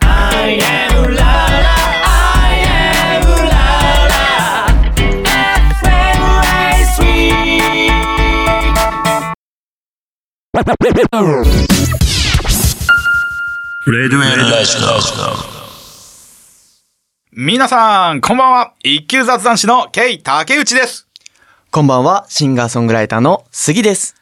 I am la la, I am la la. FM ライスウィークレディエル大好皆さん、こんばんは。一級雑談師のケイ竹内です。こんばんは、シンガーソングライターの杉です。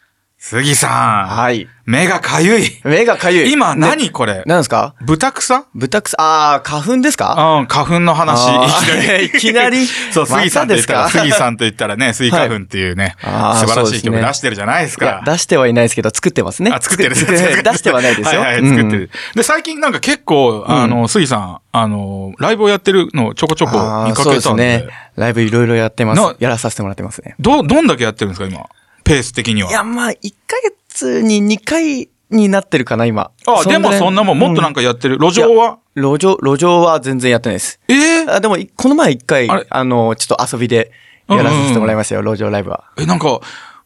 杉さん。はい。目がかゆい。目がかゆい。今何、ねこれ何ですか豚草豚草、あー、花粉ですかうん、花粉の話。あーい いききななり。りそう、また杉さんと言ったら、ですか杉さんと言ったらね、スイカ粉っていうね、あー素晴らしいそう曲ですね出してるじゃないですいやか、。出してはいないですけど、作ってますね。あ、作ってる。作って 出してはないですよ。はいはい、作ってうんる。で、最近なんか結構、あの、杉さん、あの、ライブをやってるのをちょこちょこあ見ーかそうけでたすんでね。。ライブいろいろやってまなす。やらさせてもらってますね。ど、どんだけやってるんですか、今。ペース的にいは。や、まあ、1ヶ月に2回になってるかな、今。あ、でもそんなもん、もっとなんかか。やってる。路上は路上、路上は全然やってないです。えーあでも、いこの前一回、あれあの、ちょっと遊びでやらさせてもらいましたよ、路上ライブは。え、なんか、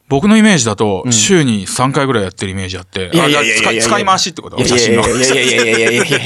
僕のイメージだと、週に3回ぐらいやってるイメージあって、いやいやいやいやあいや使使い回しってこといやい写真の。やいやいやいやいやいやいやいや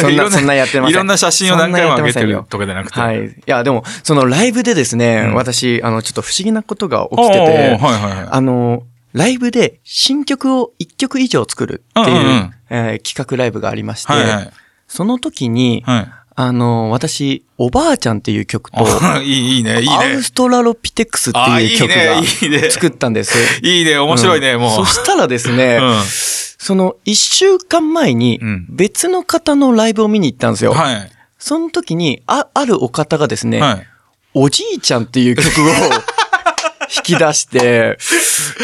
そい んろな、そんなやってません。いろんな写真を何回も上げてそんなるやっませんよとかじゃなくて。はおい。ういや、でも、そのライブでですね、うん私、あの、ちょっと不思議なことが起おうきておうはいて、はいはい。あの、ライブで新曲を1曲以上作るっていう、うんうんうんえー企画ライブがありまして、はいはい。その時に、はいあの、私、おばあちゃんっていう曲と、あ。い い、いいね、いいアねウ。ストラロピテクスってあいいいう曲ねがいいね作ったんです。いいね、面白いね、んもうそ。したらですね、うその一週間前にうん別の方のライブを見に行ったんですよ。ん。はい。その時に、あ、あるお方がですね、はい。おじいちゃんっていう曲 を引き出して、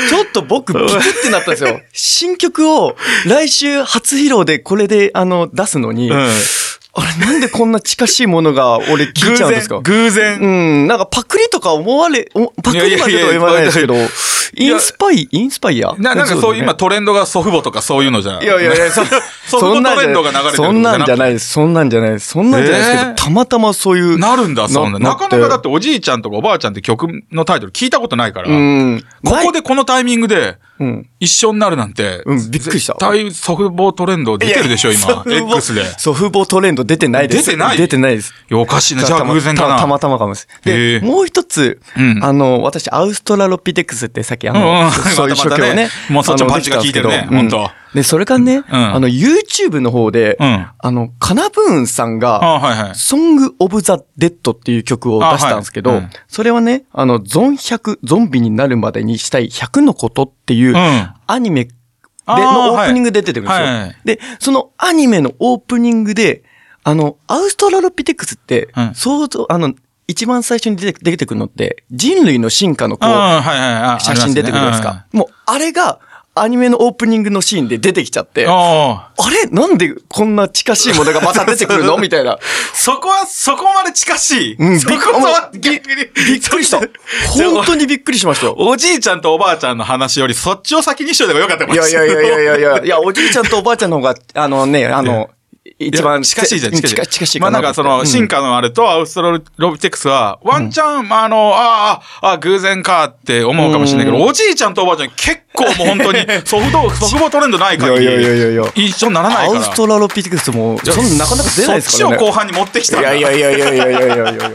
ちょっと僕ビクってなったんですよ。新曲を来週初披露でこれであの出すのに、うんあれなんでこんな近しいものが俺聞いちゃうんですか偶然。う偶然ん、なんかパクリとか思われ、おパクリまでとは言わないですけど、インスパイ、インスパイアななんかそう、今今トレンドが祖父母とかそういうのじゃ。いやいやいや、そ祖父 そ母んなんトレじゃンドが流れてるとか。そんなんじゃないいです。そんなんじゃないです。そんなんじゃないですけど、えーたまたまそういう。。なるんだ、そんな。なかなかだってておじいちゃんとかおばあちゃんって曲のタイトル聞いたことないから。うん。ここでで。このタイミングでうん。一緒になるなんて、うんびっくりした絶対祖父母トレンド出てるでしょ、今。X で。い祖父母トレンド出てないです。出てない出てないです。や、おかしいな。じゃあたま偶然かたな。たまたまかもしれへない。ーで、もう一つうん、あの、私、アウストラロピテクスってさっき、あうんうのん、そういうまた初また期ねをね。もうそっちのあのパンチが効いてるね出たんですけどほんとうんで、それがね、あの、YouTube の方で、うんあの、カナブーンさんが、あはいはい。ソング・オブ・ザ・デッドっていう曲を出したんですけあど、はいうん。それはね、あの、ゾン100、ゾンビになるまでにしたい100のことっていううんあアニメであーのオープニングで出てくるんですよ。はいはいで、そのアニメのオープニングで、あの、アウストラロピテクスって、うん想像、あの、一番最初に出て出てくるのって、人類の進化のこう、あ、はいはいあ。写真出てくるじゃないですか。もう、あれが、アニメのオープニングのシーンで出てきちゃって、ありますね。うんあああ。れなんでこんな近しいものがまた 出てくるのみたいな。そこは、そこまで近しい。うんそこは逆に。びっくりした。本当にびっくりしましたよ。 おじいちゃんとおばあちゃんの話より、そっちを先にしといた方がよかったかもいやいしれなやいやいやいやいや、いや、おじいちゃんとおばあちゃんの方が、あのね、あの、一番近しいじゃん、近近ししい。い。近近しいまあかななんと思かって。その、進化のあれとアウストラロビテクスは、ワンチャン、まああの、ああ、あ偶然かって思うかもしれないけど、おじいちゃんとおばあちゃん結構もう本当に、祖父母、祖父母トレンドないから、いやいやいやいやいや一緒にならうんないアから。ウストラロピテクスも、そんななかなか出ないですそからっね。ちを後半に持ってきたんいだやいやいやいやいやいやいやいやいや。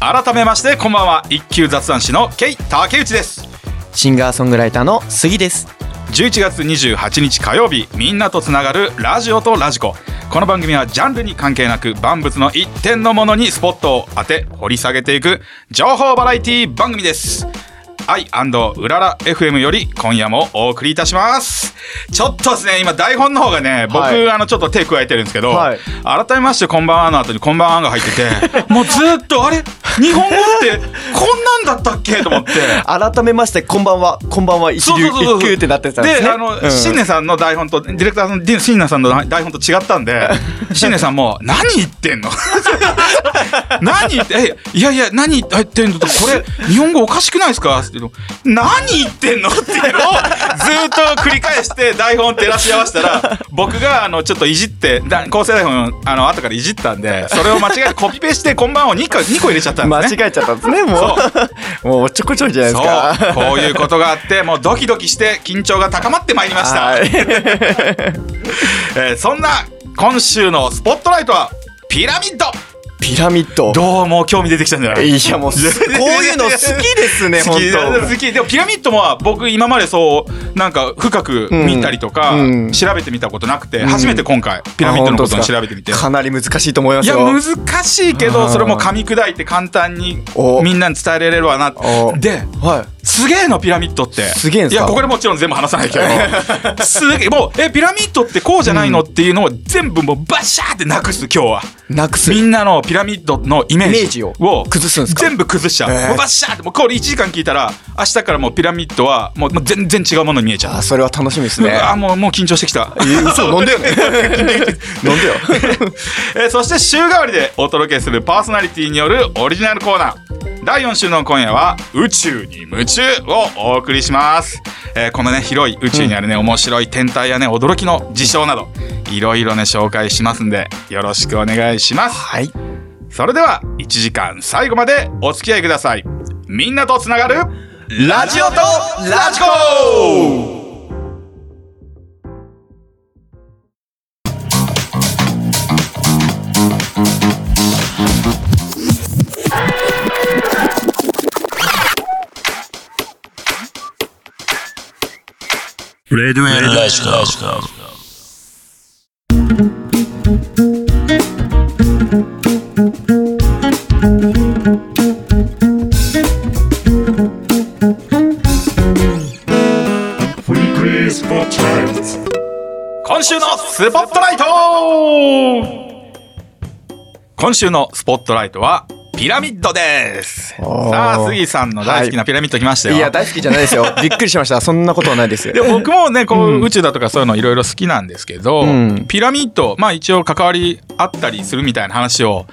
改めまして、こんばんは。一級雑談師のケイ竹内です。シンガーソングライターの杉です。 11月28日火曜日みんなとつながるラジオとラジコこの番組はジャンルに関係なく万物の一点のものにスポットを当て掘り下げていく情報バラエティ番組です愛うらら FM より今夜もお送りいたしますちょっとですね今台本の方がね僕、はいあのちょっと手加えてるんですけど、はい改めましてこんばんはの後にこんばんはが入っててもうずっとあれ日本語ってこんなんだったっけと思って改めまして、こんばんは、こんばんは、一流、一級ってなってたんですね。あの、うん新年さんの台本と、ディレクターの新年さんの台本と違ったん で、新年さんも、何言ってんの 何言って、え、いやいや、何言ってんのこれ、日本語おかしくないですかけど、何言ってんのっていうのをずっと繰り返して台本照らし合わせたら、僕があのちょっといじって、だ構成台本あの後からいじったんで、それを間違えてコピペしてこんばんを2個 ,2 個入れちゃったん間ですね。違えちゃったんですね、もう。もうおっちょこちょいじゃないですか。そう、こういうことがあって、もうドキドキして緊張が高まってまいりました。はい。えーそんな今週のスポットライトはピラミッドピラミッド。どうも興味出てきたんじゃないいや、もうす、こういうの好きですね、好本き当好きでもピラミッドは僕今までそうなんか深く見たりとか、うんうん調べてみたことなくて、ん初めて今回ピラミッドのことあ本当でにすか調べてみてかなり難しいと思いまいすやよ。難しいけどうんそれも噛み砕いて簡単におみんなに伝えられるわなおですはすげえのピラミッドってすげえんすかいやここでもちろん全部話さないけど すげえもうえピラミッドってこうじゃないのっていうのを全部もうバシャーってなくす今日は。い。なくす。みんなのピラミッドのイメージイメージを崩すんですか全部崩しちゃう、へーもうバッシャーってもうこれ1時間聞いたら明日からもうピラミッドはもうもう全然違うものに見えちゃあ、うそれは楽しみですうね。わもうもう緊張してきたえ 嘘、飲んでよね。飲んでよ。えーそして週替わりでお届けするパーソナリティによるオリジナルコーナー第4週の今夜は「宇宙に夢中」をお送りします、えーこのね広い宇宙にあるね、面白い天体やね驚きの事象などいろいろね紹介しますんでよろしくお願いしますはい。それでは1時間最後までお付き合いくださいみんなとつながるラジオとラジコレディオエラジコ。 Weekly Spotlight. 今週のスポットライト今週のスポットライトはピラミッドですおーさあ杉さんの大好きなピラミッド来ましたよ、いや、大好きじゃないですよ。びっくりしました。そんなことはないです。で僕もねこう、宇宙だとかそういうのいろいろ好きなんですけど、うんピラミッドまあ一応関わりあったりするみたいな話を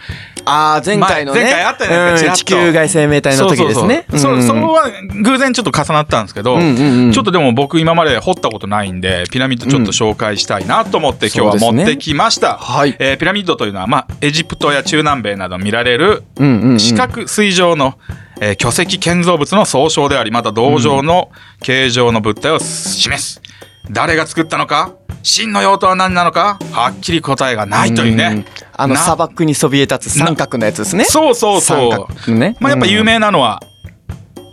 ああ、前回のね。まあ前回あったじゃないですかうんち地らっと球外生命体の時ですね。そうそうそう、んそそこは偶然ちょっと重なったんですけど、うんうんうんちょっとでも僕今まで掘ったことないんで、ピラミッドちょっと紹介したいなと思って今そ日うですはね持ってきました。はいえーピラミッドというのは、まあ、エジプトや中南米など見られるうんうんうん四角水上の、えー巨石建造物の総称であり、また同状の形状の物体を示す。誰が作ったのか真の用途は何なのかはっきり答えがないといううねん。あのな砂漠にそびえ立つ三角のやつですね。そうそうそう。三角のね。まあ、やっぱ有名。名なのは、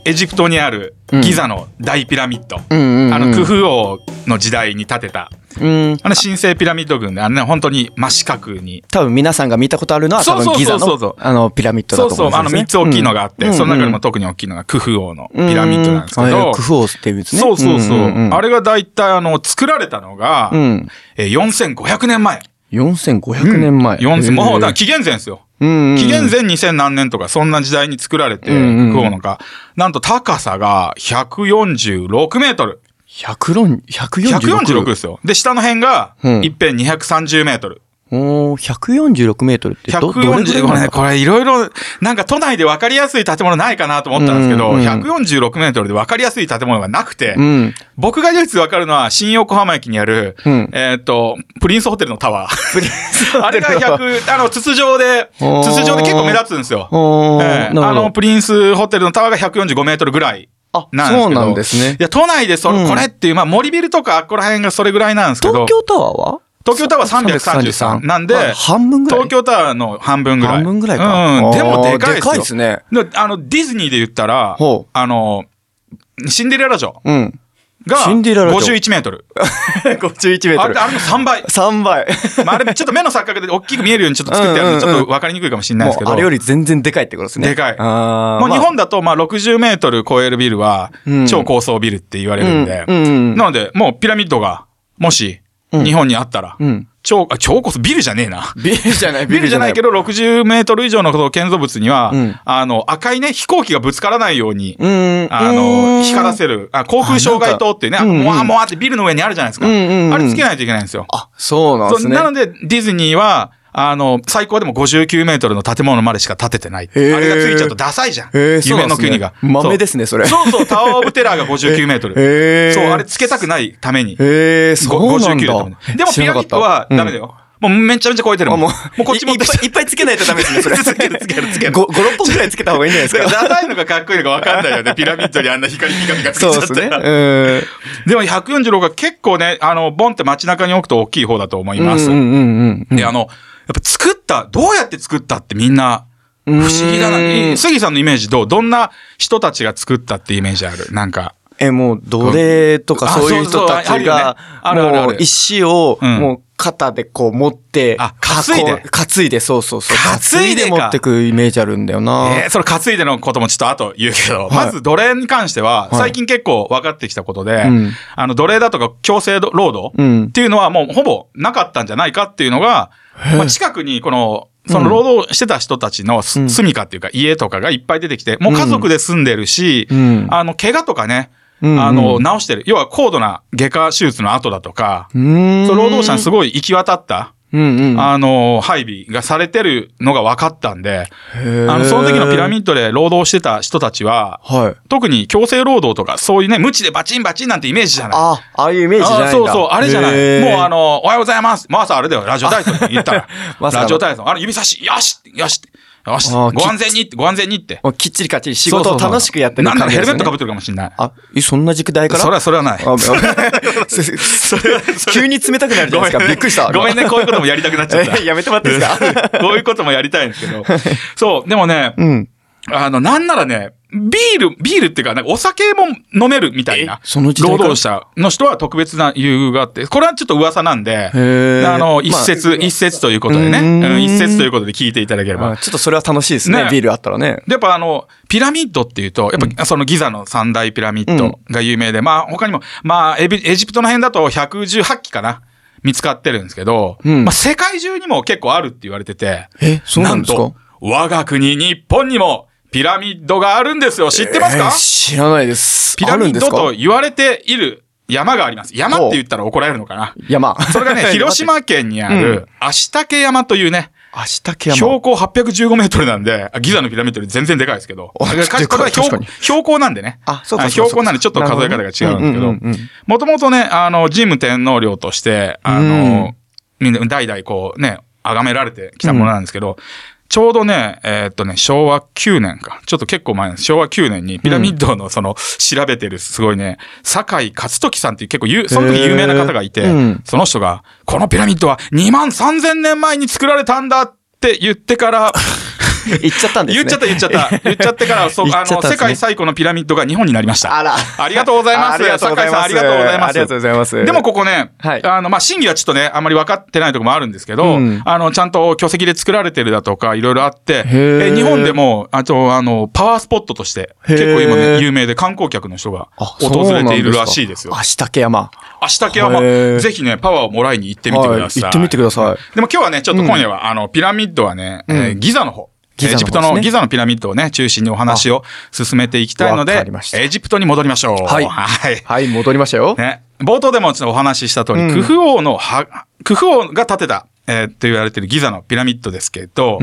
エジプトにあるギザの大ピラミッド。うんうんうん、あのクフ王の時代に建てた、うん。あの神聖ピラミッド群で、あのね、本当に真四角に。多分皆さんが見たことあるのは多そうそう分ギザそうそうのあのピラミッドそだうとそ思う、うんですあよね。の3つ大きいのがあって、うんその中でうんうもん特に大きいのがクフ王のピうんラミッドなんですけあど、れクフ王っていうんですね。そうそうそう。んんんあれが大体あの、作られたのが、うん。えー4500年前。 4500年前。うん4000、もうだから紀紀元前ですよ。紀元元前2000何年とか、そんな時代に作られて、うんうんうんクフ王のが、なんと高さが146メートル。 146。 146ですよ。で、下の辺が、うん一辺230メートル。おー146メートルってど、どれぐらいな140、のこれね、これいろいろ、なんか都内で分かりやすい建物ないかなと思ったんですけど、うんうん146メートルで分かりやすい建物がなくて、うん。僕が唯一分かるのは、新横浜駅にある、うんえーっと、プリンスホテルのタワー。あれが100、あの、筒状で、おー筒状で結構目立つんですよ。おーええなあるほの、ど。プリンスホテルのタワーが145メートルぐらい。あなんですけどそうなんですねい。や、都内でそれ、うんこれっていう、まあ、森ビルとか、ここら辺がそれぐらいなんですけど東、京タワーは東京タワー333なんで、まあ半分ぐらい東京タワーの半分ぐらい。半分ぐらいか。うん。でもあーでかいですよ。でかいですね。であの、ディズニーで言ったらほう、あの、シンデレラ城 うん。がシンデレラ城51メートル。 51メあれ、あれの3倍。 3倍。まあ、あれ、ちょっと目の錯覚で大きく見えるようにちょっと作ってあるんで、うんちうんうんょっとわかりにくいかもしれないでもすけうど。あれより全然でかいってことですね。でかいあーもう日まあ本だと、まあ、60メートル超えるビルはうん、超高層ビルって言われるんでうんうんう。んなので、もうピラミッドが、もし、うん日本にあったらうん、超、あ超高層、ビルじゃねえな。ビルじゃない、ビルじゃないけど。ど、60メートル以上の建造物には、うんあの、赤いね、飛行機がぶつからないように、うん。あの、光らる。せる、あ、航空障害灯っていうね、あなんかうんうんもわもわってビルの上にあるじゃないですか。うんうんうんあれつけないといけないんですよ。あ、そうなんそでうすね。なので、ディズニーは、あの、最高でも59メートルの建物までしか建ててない。あへーれがついちゃうとダサいじゃん。へーそう夢なのんですね国が。豆ですねそれそう そう、タワーオブテラーが59メートル。へーそう、あれつけたくないために。ええそうなん59だったもんだね。でも知ピらラミなかっッたドはダメだよ。もうめちゃめちゃ超えてるあもん。ももう、うこっちもいいっぱいいっぱいつけないとダメですね、そ れ。つけるつけるつける5、6本くらいつけた方がいいんじゃないだでかす か。らダサいのかかっこいいのかわかんないよね。ピラミッドにあんな光ピカピカつけちゃっそうて。ですね。うん。でも146が結構ね、あの、ボンって街中に置くと大きい方だと思います。うんうんうん。で、あの、やっぱ作った、どうやって作ったってみんな、不思議だな。うんい杉さんのイメージどうどんな人たちが作ったってイメージあるなんか。え、もう奴隷とかあそういう人たそうそうあるちよねが、あるあるあるもう石を、うんもう肩でこう持って、あ担いでこう担いで、そうそうそう。担いでか担持ってくイメージあるんだよな。えーそれ担いでのこともちょっと後言うけど、はいまず奴隷に関しては、い最近結構分かってきたことで、んあの奴隷だとか強制労働うんっていうのはもうほぼなかったんじゃないかっていうのが、まあ、近くにこの、その労働してた人たちのすうん住みかっていうか家とかがいっぱい出てきて、もう家族で住んでるし、うんあの、怪我とかね、うんうんあの、治してる。要は高度な外科手術の後だとか、うーん。そう労働者にすごい行き渡った、うんうん。あの、配備がされてるのが分かったんで、ーあの、その時のピラミッドで労働してた人たちは、はい。特に強制労働とか、そういうね、無知でバチンバチンなんてイメージじゃない。あ、ああいうイメージじゃないんだ。あそうそう、あれじゃなへい。ー。もうあの、おはようございます。まさあれだよ、ラジオ体操に言ったら まさかのラジオ体操。あの、指差し、よしよしよしあーご安全にって、ご安全にって。もうきっちりかっちり仕事を楽しくやってるなんな感らじヘでルメッすねト被ってるかもしれない。あ、えそんな軸代からそれは、それはない。あ、それ、急に冷たくなるじゃないですか。びっくりした。ごめんね、こういうこともやりたくなっちゃった。 えやめてもらっていいですか こういうこともやりたいんですけど。そう、でもね、うん。あの、なんならね、ビール、ビールっていうか、なんかお酒も飲めるみたいなえ。その時代労から働者の人は特別な優遇があって、これはちょっと噂なんで、あーの、一節、一節ということでね、うーんうん一節ということで聞いていただければあ。ちょっとそれは楽しいですね。ねビールあったらね。でやっぱあの、ピラミッドっていうと、やっぱそのギザの三大ピラミッドが有名で、まあ他にも、まあエビエジプトの辺だと118基かな、見つかってるんですけど、んまあ世界中にも結構あるって言われてて、えそうなんですかと、我が国日本にもピラミッドがあるんですよ。知ってますか、えー知らないです。ピラミッドあとるんですか言われている山があります。山って言ったら怒られるのかな。山。それ がね、広。島県にある、足竹山というね、明日山。標高815メートルなんで、あギザのピラミッドより全然でかいですけど。あだからでかいこれは標確かに標高なんでね。あそうかあそうか標高なんでちょっと数え方が違うんですけなるほどどねうんうんうんうん。もともとね、あの、神武天皇陵として、あうの、みんな代々こうね、崇められてきたものなんですけど、ちょうどね、えーっとね、昭和9年か。ちょっと結構前なんです。昭和9年にピラミッドのその、調べてるすごいね、酒井勝時さんっていう結構有、その時有名な方がいて、へーうんその人が、このピラミッドは2万3000年前に作られたんだって言って から、言っちゃったんです言ね。っちゃった言っちゃった。言っちゃって から、そう、言っあちゃっの、たんですね世界最古のピラミッドが日本になりました。あらありがとうございます。ありがとうございます酒井さんありがとうございます。ありがとうございますでもここね、はいあの、まあ、真偽はちょっとね、あんまり分かってないとこもあるんですけど、うんあの、ちゃんと巨石で作られてるだとか、いろいろあって、へーえ日本でも、あと、あの、パワースポットとして、へー結構今ね、有名で観光客の人があ訪れているらしいですよ。明日山。明日家はまへーあ、ぜひね、パワーをもらいに行ってみてください。はい行ってみてください。でも今日はね、ちょっと今夜は、あの、ピラミッドはね、えーギザの方。ギザのエジ方ですねプトのギザのピラミッドをね、中心にお話を進めていきたいのわかでりまし、たエジプトに戻りましょう。はいはい。はい、戻りましたよ。ね。冒頭でもちょっとお話しした通り、クフ王のは、クフ王が建てた、えー、と言われているギザのピラミッドですけど、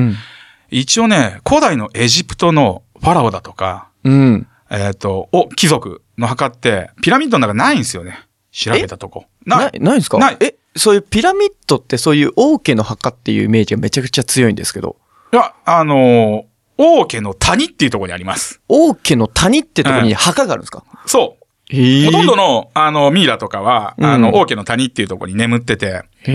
一応ね、古代のエジプトのファラオだとか、うん。えっ、と、を貴族の墓って、ピラミッドの中ないんですよね。調べたとこ。ない、ないんですかない。え、そういうピラミッドってそういう王家の墓っていうイメージがめちゃくちゃ強いんですけど、いや、あのー王家の谷っていうところにあります。王家の谷ってとこに墓があるんですか、そう。へほとんどの。の、あの、ミイラとかは、うんあの、王家の谷っていうところに眠ってて、へ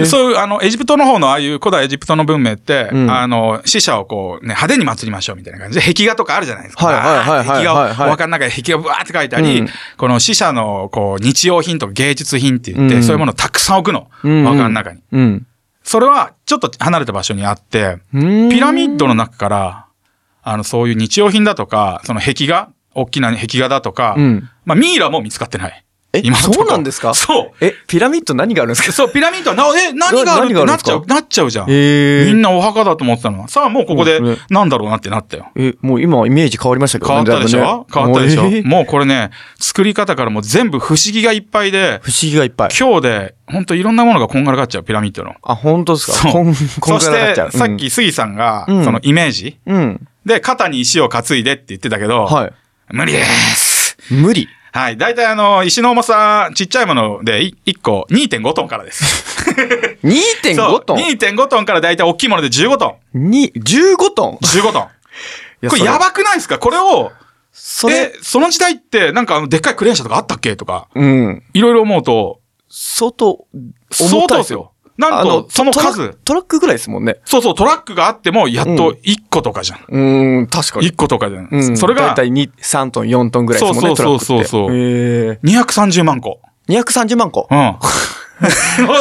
でえ。そういう、あの、エジプトの方のああいう古代エジプトの文明って、うんあの、死者をこう、ね、派手に祭りましょうみたいな感じで、壁画とかあるじゃないですか。はいはいはいはいバーって壁画はを、いお墓の中に壁画ブワーって書いたり、うんこの死者の、こう、日用品とか芸術品って言って、うんそういうものをたくさん置くの。うんうんお墓の中に。うん。それは、ちょっと離れた場所にあって、うんピラミッドの中から、あの、そういう日用品だとか、その壁画、大きな壁画だとか、うんまあ、ミイラも見つかってない。え今、のとこそろうなんですかそうえ、ピラミッド何があるんですかそう、ピラミッドはな、え、何があるってな何があるんなでっすちゃかう、なっちゃうじゃん。えみんなお墓だと思ってたのは。さあ、もうここでそうですね、なんだろうなってなったよ。え、もう今イメージ変わりましたけど変わったでしだいぶょね変わったでしもうえょーもうこれね、作り方からもう全部不思議がいっぱいで、不思議がいっぱい。今日で、ほんといろんなものがこんがらがっちゃう、ピラミッドの。あ、本当ですそかうこん、こんそぐしらいになてっちゃう、さっき杉さんが、うんそのイメージうん。うん。で、肩に石を担いでって言ってたけど、は無理です。い。無理。はい。大体あの、石の重さ、ちっちゃいもので、い1個2.5トンからです。 2.5トンそう2.5トンから大体大きいもので15ト に15トンン。15トン。これやばくないですかこれを、そえれ、、その時代って、なんかあの、でっかいクレーン車とかあったっけとか、うん。いろいろ思うと、相当、相当です。よ。なんと、そのトラ数。トラックぐらいですもんね。そうそう、トラックがあっても、やっと1個とかじゃん。うーん、確かに。 1個とかじゃん。うん、それが大、体2、3トン、4トンぐらいですもんね、トラックって。そうそうそうそうえ230万個。ー、230万個う。ん。もう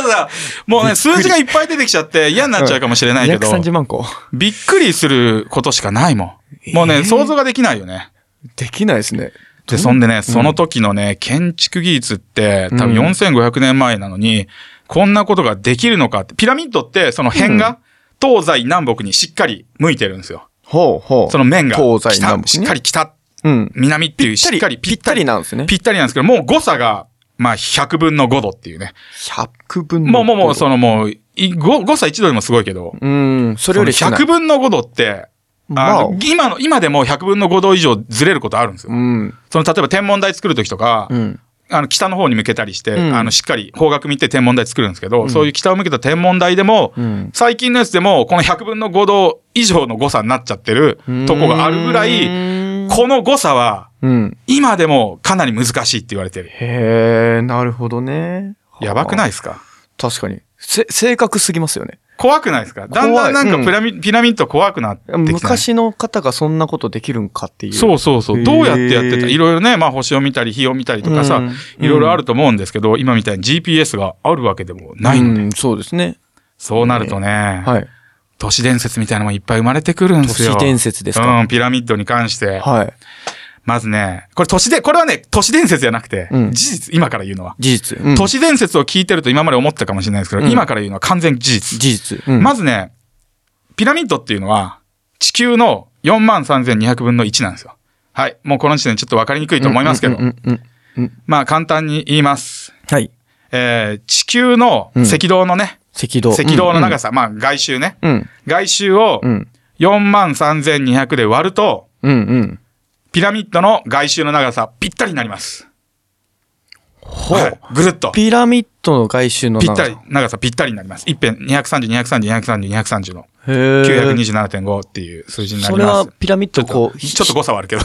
さ、もうね、数字がいっぱい出てきちゃって嫌になっちゃうかもしれないけど、 230万個。びっくりすることしかないもん。もうね、想像ができないよね。できないですね。で、そんでね、その時のね、建築技術って、多分うん4500年前なのに、こんなことができるのかって、ピラミッドって、その辺が、東西南北にしっかり向いてるんですよ。ほうほう。その面が、東西南北、北しねっかり北、うん。南っていう、しっかりぴったりなんですね。ぴったりなんですけど、もう誤差が、まあ、100分の5度っていうね。 100分の。もうもうもう、そのもう、い誤誤差1度でもすごいけど、うん、それより少ない100分の5度って、あのまあ今の、今でも100分の5度以上ずれることあるんですよ。うん。その、例えば天文台作るときとか、うん。あの、北の方に向けたりして、うんあの、しっかり方角見て天文台作るんですけど、そういう北を向けた天文台でも、うん最近のやつでも、この100分の5度以上の誤差になっちゃってるとこがあるぐらうい、ーんこの誤差は、うん。今でもかなり難しいって言われてる。へえ、なるほどね。やばくないいですか確かに。せ、正確すぎますよね。怖くないですかだんだんなんかピラミ,、ピラミッド怖くなってきてない。昔の方がそんなことできるんかっていう。そうそうそへう。ーどうやってやってたいろいろね、まあ星を見たり、火を見たりとかさ、うんいろいろあると思うんですけど、今みたいに GPS があるわけでもないので、うん、そうですね。そうなるとね、はい。都市伝説みたいなのもいっぱい生まれてくるんで都すよ。市伝説ですか。うん、ピラミッドに関して。はい。まずね、これ都市で、これはね、都市伝説じゃなくて、うん事実、今から言うのは。事実。うん都市伝説を聞いてると今まで思ってたかもしれないですけど、うん今から言うのは完全事実。事実。うんまずね、ピラミッドっていうのは、地球の4万3200分の1なんですよ。はい。もうこの時点でちょっと分かりにくいと思いますけどうん、うんうんうんまあ簡単に言います。はい。えー、地球のうん赤道のね、赤道。赤道の長さ、まあ外周ね。うん。外周をうん。 4万3200で割ると、うん。うん。うん。ピラミッドの外周の長さぴったりになります。ほはい。ぐるっと。ピラミッドの外周のぴっ長さ。たり、長さぴったりになります。一辺230、230、230、230のへー927.5っていう数字になりまそす。れはピラミッちょドっ、ことう、ちょっと誤差はあるけ ど。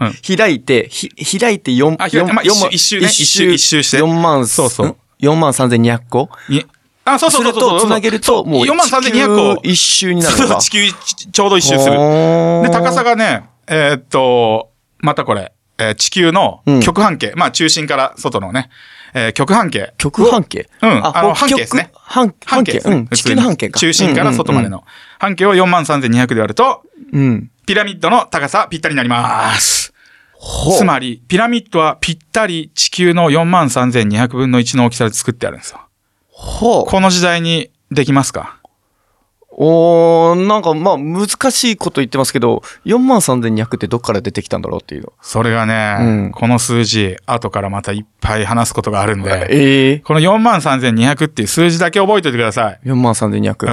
うんひ開いて、ひ、開いて4、あ開いてまあ一周一周ね一周一周して4万、。そうそうん4万3200個にあ、そうそうそうそうそう。すると、つなげると、もう、 4万3200個。一周になるそうのそうか。地球ちちょうど一周する。で、高さが、がね、えーっと、またこれ、えー地球のうん極半径、まあ中心から外のね、えー極半径。極半径うんあの北半径ですね極半半径。ですねうん。地球の半径か。中心から外までの。半径を4万3200で割ると、うん。うんうん。ピラミッドの高さぴったりになります。ほうつまり、ピラミッドはぴったり地球の4万3200分の1の大きさで作ってあるんですよ。ほう。この時代にできますかおーなんかまあ難しいこと言ってますけど、4万3200ってどっから出てきたんだろうっていうの。それがね、うんこの数字、後からまたいっぱい話すことがあるんで、ええ。この4万3200っていう数字だけ覚えておいてください。 4万3200。うん。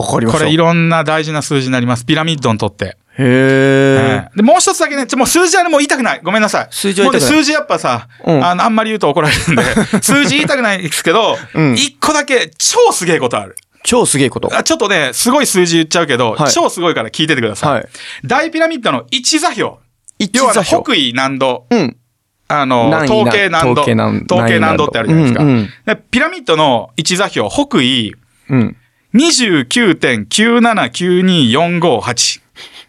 わかりましこた。れいろんな大事な数字になります。ピラミッドにとって。へええ。えで、もう一つだけね、ちょもう数字はね、もう言いたくない。ごめんなさい。数字は言いたくないもうね数字やっぱさ、うんあの、あんまり言うと怒られ るんで、数字言いたくないですけど、一、うん個だけ超すげえことある。超すげえこと。あちょっとね、すごい数字言っちゃうけど、はい超すごいから聞いててください。はい大ピラミッドの一座標。一要はね、座標北緯南度、うん。あの、南緯統計南度、統計南統計南度ってあるじゃないですか。うんうんでピラミッドの一座標、北緯うん。 29.9792458。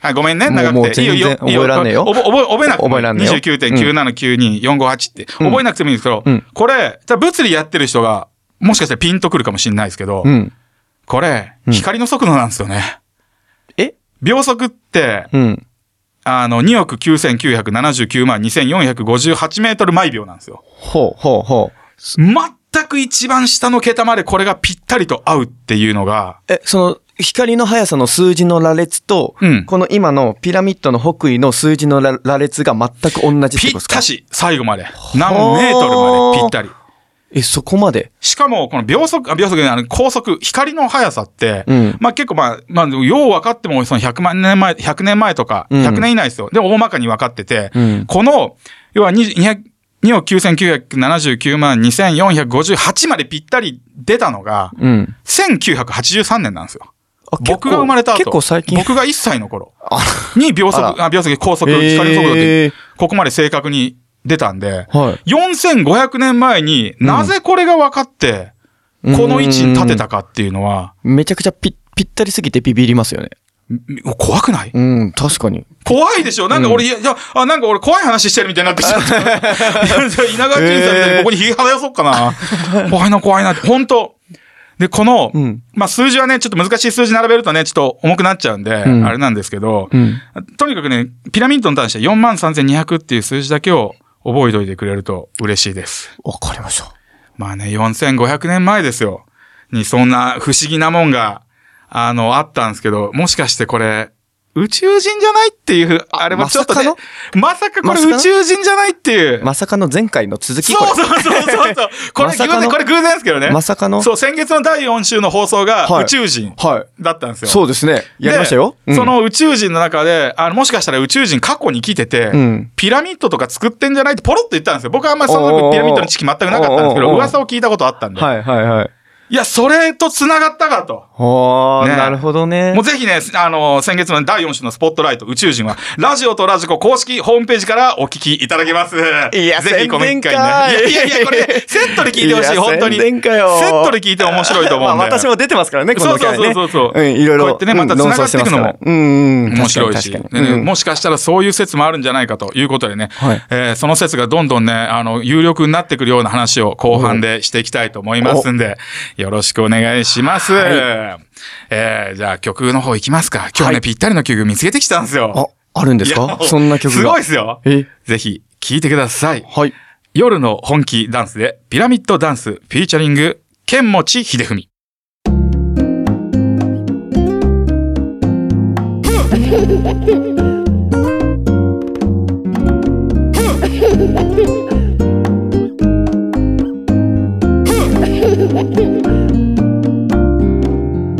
あごめんね、もう長もくうて。いい全よ、然いいよ、いい覚えらんねえよ覚え、覚え、覚えなくても覚えらんねえよ29.9792458って、うん覚えなくてもいいんですけど、うんこれ、じゃあ物理やってる人が、もしかしたらピンとくるかもしれないですけど、うん。これ、ん光の速度なんですよね。え秒速って、うん。あの、2億9979万2458メートル毎秒なんですよ。ほうほうほう。全く一番下の桁までこれがぴったりと合うっていうのが、え、その、光の速さの数字の羅列と、うんこの今のピラミッドの北緯の数字の羅羅列が全く同じってぴっことですかたし、最後まで。何メートルまでぴったり。え、そこまでしかも、この秒速、あ秒速じゃないあの、高速、光の速さって、うんまあ結構まあ、まあ、よう分かっても、その100万年前、100年前とか、うん100年以内ですよ。で、大まかに分かってて、うんこの、要は2 200 2億9979万2458までぴったり出たのが、うん。 1983年なんですよ。あ僕が生まれた後、結構最近。僕が1歳の頃あに秒あ速、あ秒速、高速、光の速度へでー、ここまで正確に出たんで、はい。 4500年前になぜこれが分かって、うんこの位置に立てたかっていうのは、めちゃくちゃぴ、ぴったりすぎてビビりますよね。み怖くないうん、確かに。怖いでしょなんか俺、いやいや、あ、なんか俺怖い話してるみたいになってきちゃ った。いやじゃあ稲川淳さんみたいにここにひげ生やそうかな。怖いな、怖いな。本当で、この、うんまあ、数字はね、ちょっと難しい数字並べるとね、ちょっと重くなっちゃうんで、んあれなんですけど、うん。とにかくね、ピラミッドに対して43,200っていう数字だけを覚えておいてくれると嬉しいです。わかりました。まあね、4500年前ですよ。に、そんな不思議なもんが、あの、あったんですけど、もしかしてこれ、宇宙人じゃないっていうふう、あれはちょっとね、まさまさかこまれさかの宇宙人じゃないっていう。まさかの前回の続きそうこれ。そうそうそうそう。これ ま偶さかの然、これ偶然ですけどね。まさかのそう、先月の第4週の放送がはい宇宙人はい。だったんですよ。そうですね。やりましたよ。でうんそ、の宇宙人の中で、あの、もしかしたら宇宙人過去に来てて、うんピラミッドとか作ってんじゃないってポロッと言ったんですよ。僕はあんまりその時ピラミッドの知識全くなかったんですけおーおーおど、ー噂を聞いたことあったんで。はいはいはい。いや、それと繋がったかと。あー、ねなるほどねもう。ぜひね、あの、先月の第4週のスポットライト宇宙人は、ラジオとラジコ公式ホームページからお聞きいただけます。いやぜひこの一回ね。い宣伝かいやいやいや、これ、セットで聞いてほしい、や本当に。宣伝かよセットで聞いて面白いと思うんで。 まあ私も出てますからね、この回ね。そうそうそうそううん、いろいろ。こうやってねまたうん繋がっていくのも論争してますからうんうん。面白いし、確かに確かでにねもしかしたらそういう説もあるんじゃないかということでね、はいえーその説がどんどんね、あの、有力になってくるような話を後半でしていきたいと思いますんで、よろしくお願いします。えーじゃあ曲の方いきますか。今日ね、ぴったりの曲見つけてきたんですあよ。、あるんですいやかそんな曲が。すごいですよ。えぜひ聴いてください。はい。夜の本気ダンスで、ピラミッドダンス、フィーチャリング、剣持秀文。 Radio Red.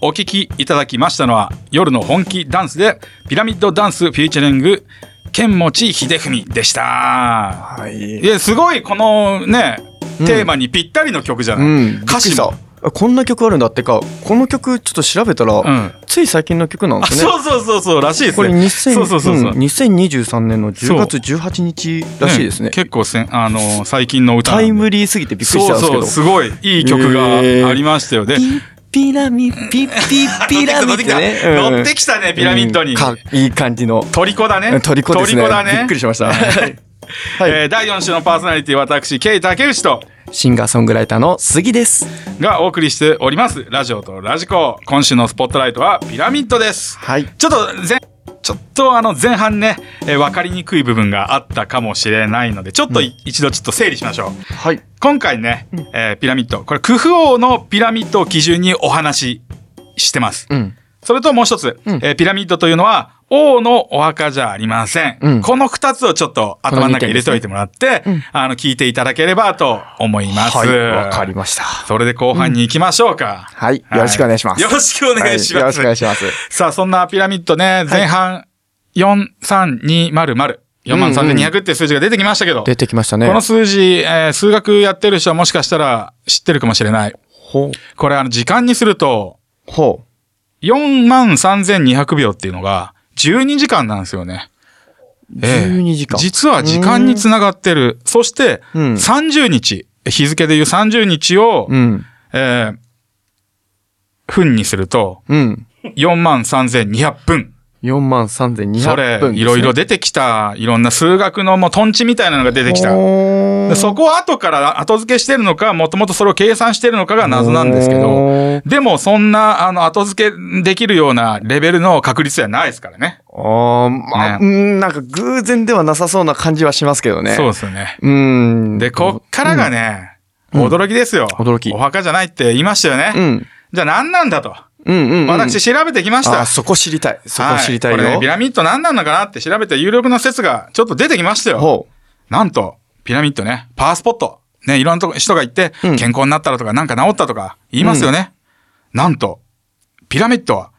お聞きいただきましたのは夜の本気ダンスでピラミッドダンスフィーチャリング剣持秀文でした。はいい。やすごいこのね、んテーマにぴったりの曲じゃない、うん。歌詞びっもくり。したあこんな曲あるんだってか、この曲ちょっと調べたら、んつい最近の曲なんあですね。そうそうそうそうらしいですこね。れ2000そうそうそうそううん2023年の10月18日らしいですね。結構せんあの最近の歌なんタでイムリーすぎてびっくりしそたんうですけそうど。すごいいい曲がありましたよね。ピピラミ、ピピピラミ乗っっててきたね。乗ってきたねピラミッドうにん。かいい感じの。トリコだね。トリコですね。だね。びっくりしました。はいえー第4週のパーソナリティ私ケイ竹内と。シンガーソングライターの杉です。がお送りしておりますラジオとラジコ今週のスポットライトはピラミッドですはい。ちょっと前ちょっとあの前半ね、えー分かりにくい部分があったかもしれないのでちょっとい、一度ちょっと整理しましょうはい。今回ね、えーピラミッドこれクフ王のピラミッドを基準にお話ししてますうん。それともう一つ、うんえーピラミッドというのは王のお墓じゃありません。うんこの二つをちょっと頭の中に入れといてもらって、うんあの、聞いていただければと思います。はい。わかりました。それで後半に行きましょうか。はい。よろしくお願いします。よろしくお願いします。はよろしくお願いします。さあ、そんなピラミッドね、前半43200、43200っていう数字が出てきましたけど、出てきましたね。この数字、えー数学やってる人はもしかしたら知ってるかもしれない。ほこれ、あの、時間にすると、う。ほ43200秒っていうのが、12時間なんですよね。う。12時間。実は時間につながってる。そして、うん30日、日付でいう30日を、うん。えー分にすると、うん。 43200分。 4万3200それ分、いろいろ出てきた、いろんな数学のもうトンチみたいなのが出ててきた。でそこを後から後付けしてるのか、もともとそれを計算してるのかが謎なんですけど、でもそんな、あの、後付けできるようなレベルの確率じゃないですからね。あー、まねあ、うん、なんか偶然ではなさそうな感じはしますけどね。そうう。ですよね。うん。で、こっからがね、ん驚きですよ。驚きお墓じゃないって言いましたよね。うん。じゃあ何なんだと。うんうん、うん。私調べてきました。あ、そこ知りたい。そこはい知りたいよ。これね、ピラミッド何なんのかなって調べて有力な説がちょっと出てきましたよ。ほなんと、ピラミッドね、パワースポット。ね、いろんなとこ人が行って、うん健康になったらとか、なんか治ったとか言いますよね。なんと、ピラミッドは、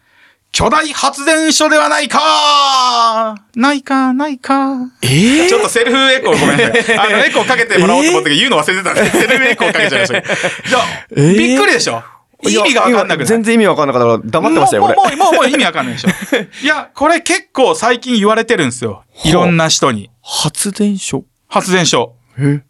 巨大発電所ではないかないか、ないか。う。ええちょっとセルフエコーごめんな さい。あの、エコーかけてもらおうと思ったけど、言うの忘れてたんで、セルフエコーかけちゃいましたけど。じゃあ、えーびっくりでしょ意味がわかんなくな今い全然意味わかんなかったから黙ってましたよ、もう俺。もう、もう、もう意味わかんないで しょ。いや、これ結構最近言われてるんですよ。いろんな人に。発電所発電所。え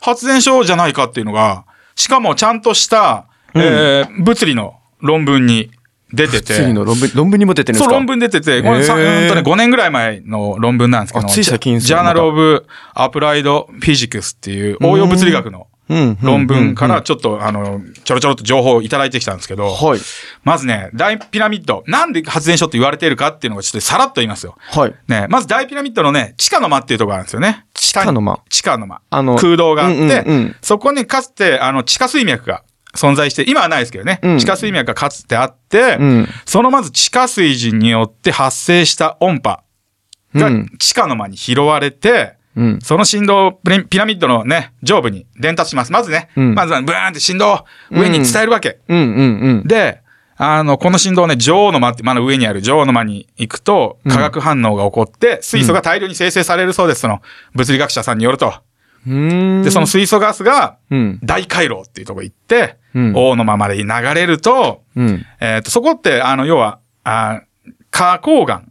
発電所じゃないかっていうのが、しかもちゃんとした、えー物理の論文に出てて。次の論文、論文にも出てるんそですう、か論文出てて、これ、さうへーーんとね、5年ぐらい前の論文なんですけど、あつい最近ですジねャーナル・まオブ・アプライド・フィジクスっていう応用物理学のうん論文から、ちょっと、あの、ちょろちょろっと情報をいただいてきたんですけど、はい。まずね、大ピラミッド、なんで発電所って言われてるかっていうのがちょっとさらっと言いますよ。はい。ね、まず大ピラミッドのね、地下の間っていうところがあるんですよね。地下の間地下の間。あの空洞があって、うんうんうんそこにかつて、あの、地下水脈が存在して、今はないですけどね、うん地下水脈がかつてあって、うんそのまず地下水人によって発生した音波がうん地下の間に拾われて、うん。その振動をピラピラミッドのね、上部に伝達します。まずね、うんまずはブーンって振動を上に伝えるわけ。うんうんうん。で、あの、この振動をね、女王の間って、まだ上にある女王の間に行くと、化学反応が起こって、水素が大量に生成されるそうです。その、物理学者さんによると。うーん。で、その、水素ガスが、うん。大回廊っていうとこ行って、うん王の間まで流れると、うん。えっ、と、そこって、あの、要は、あ花崗岩っ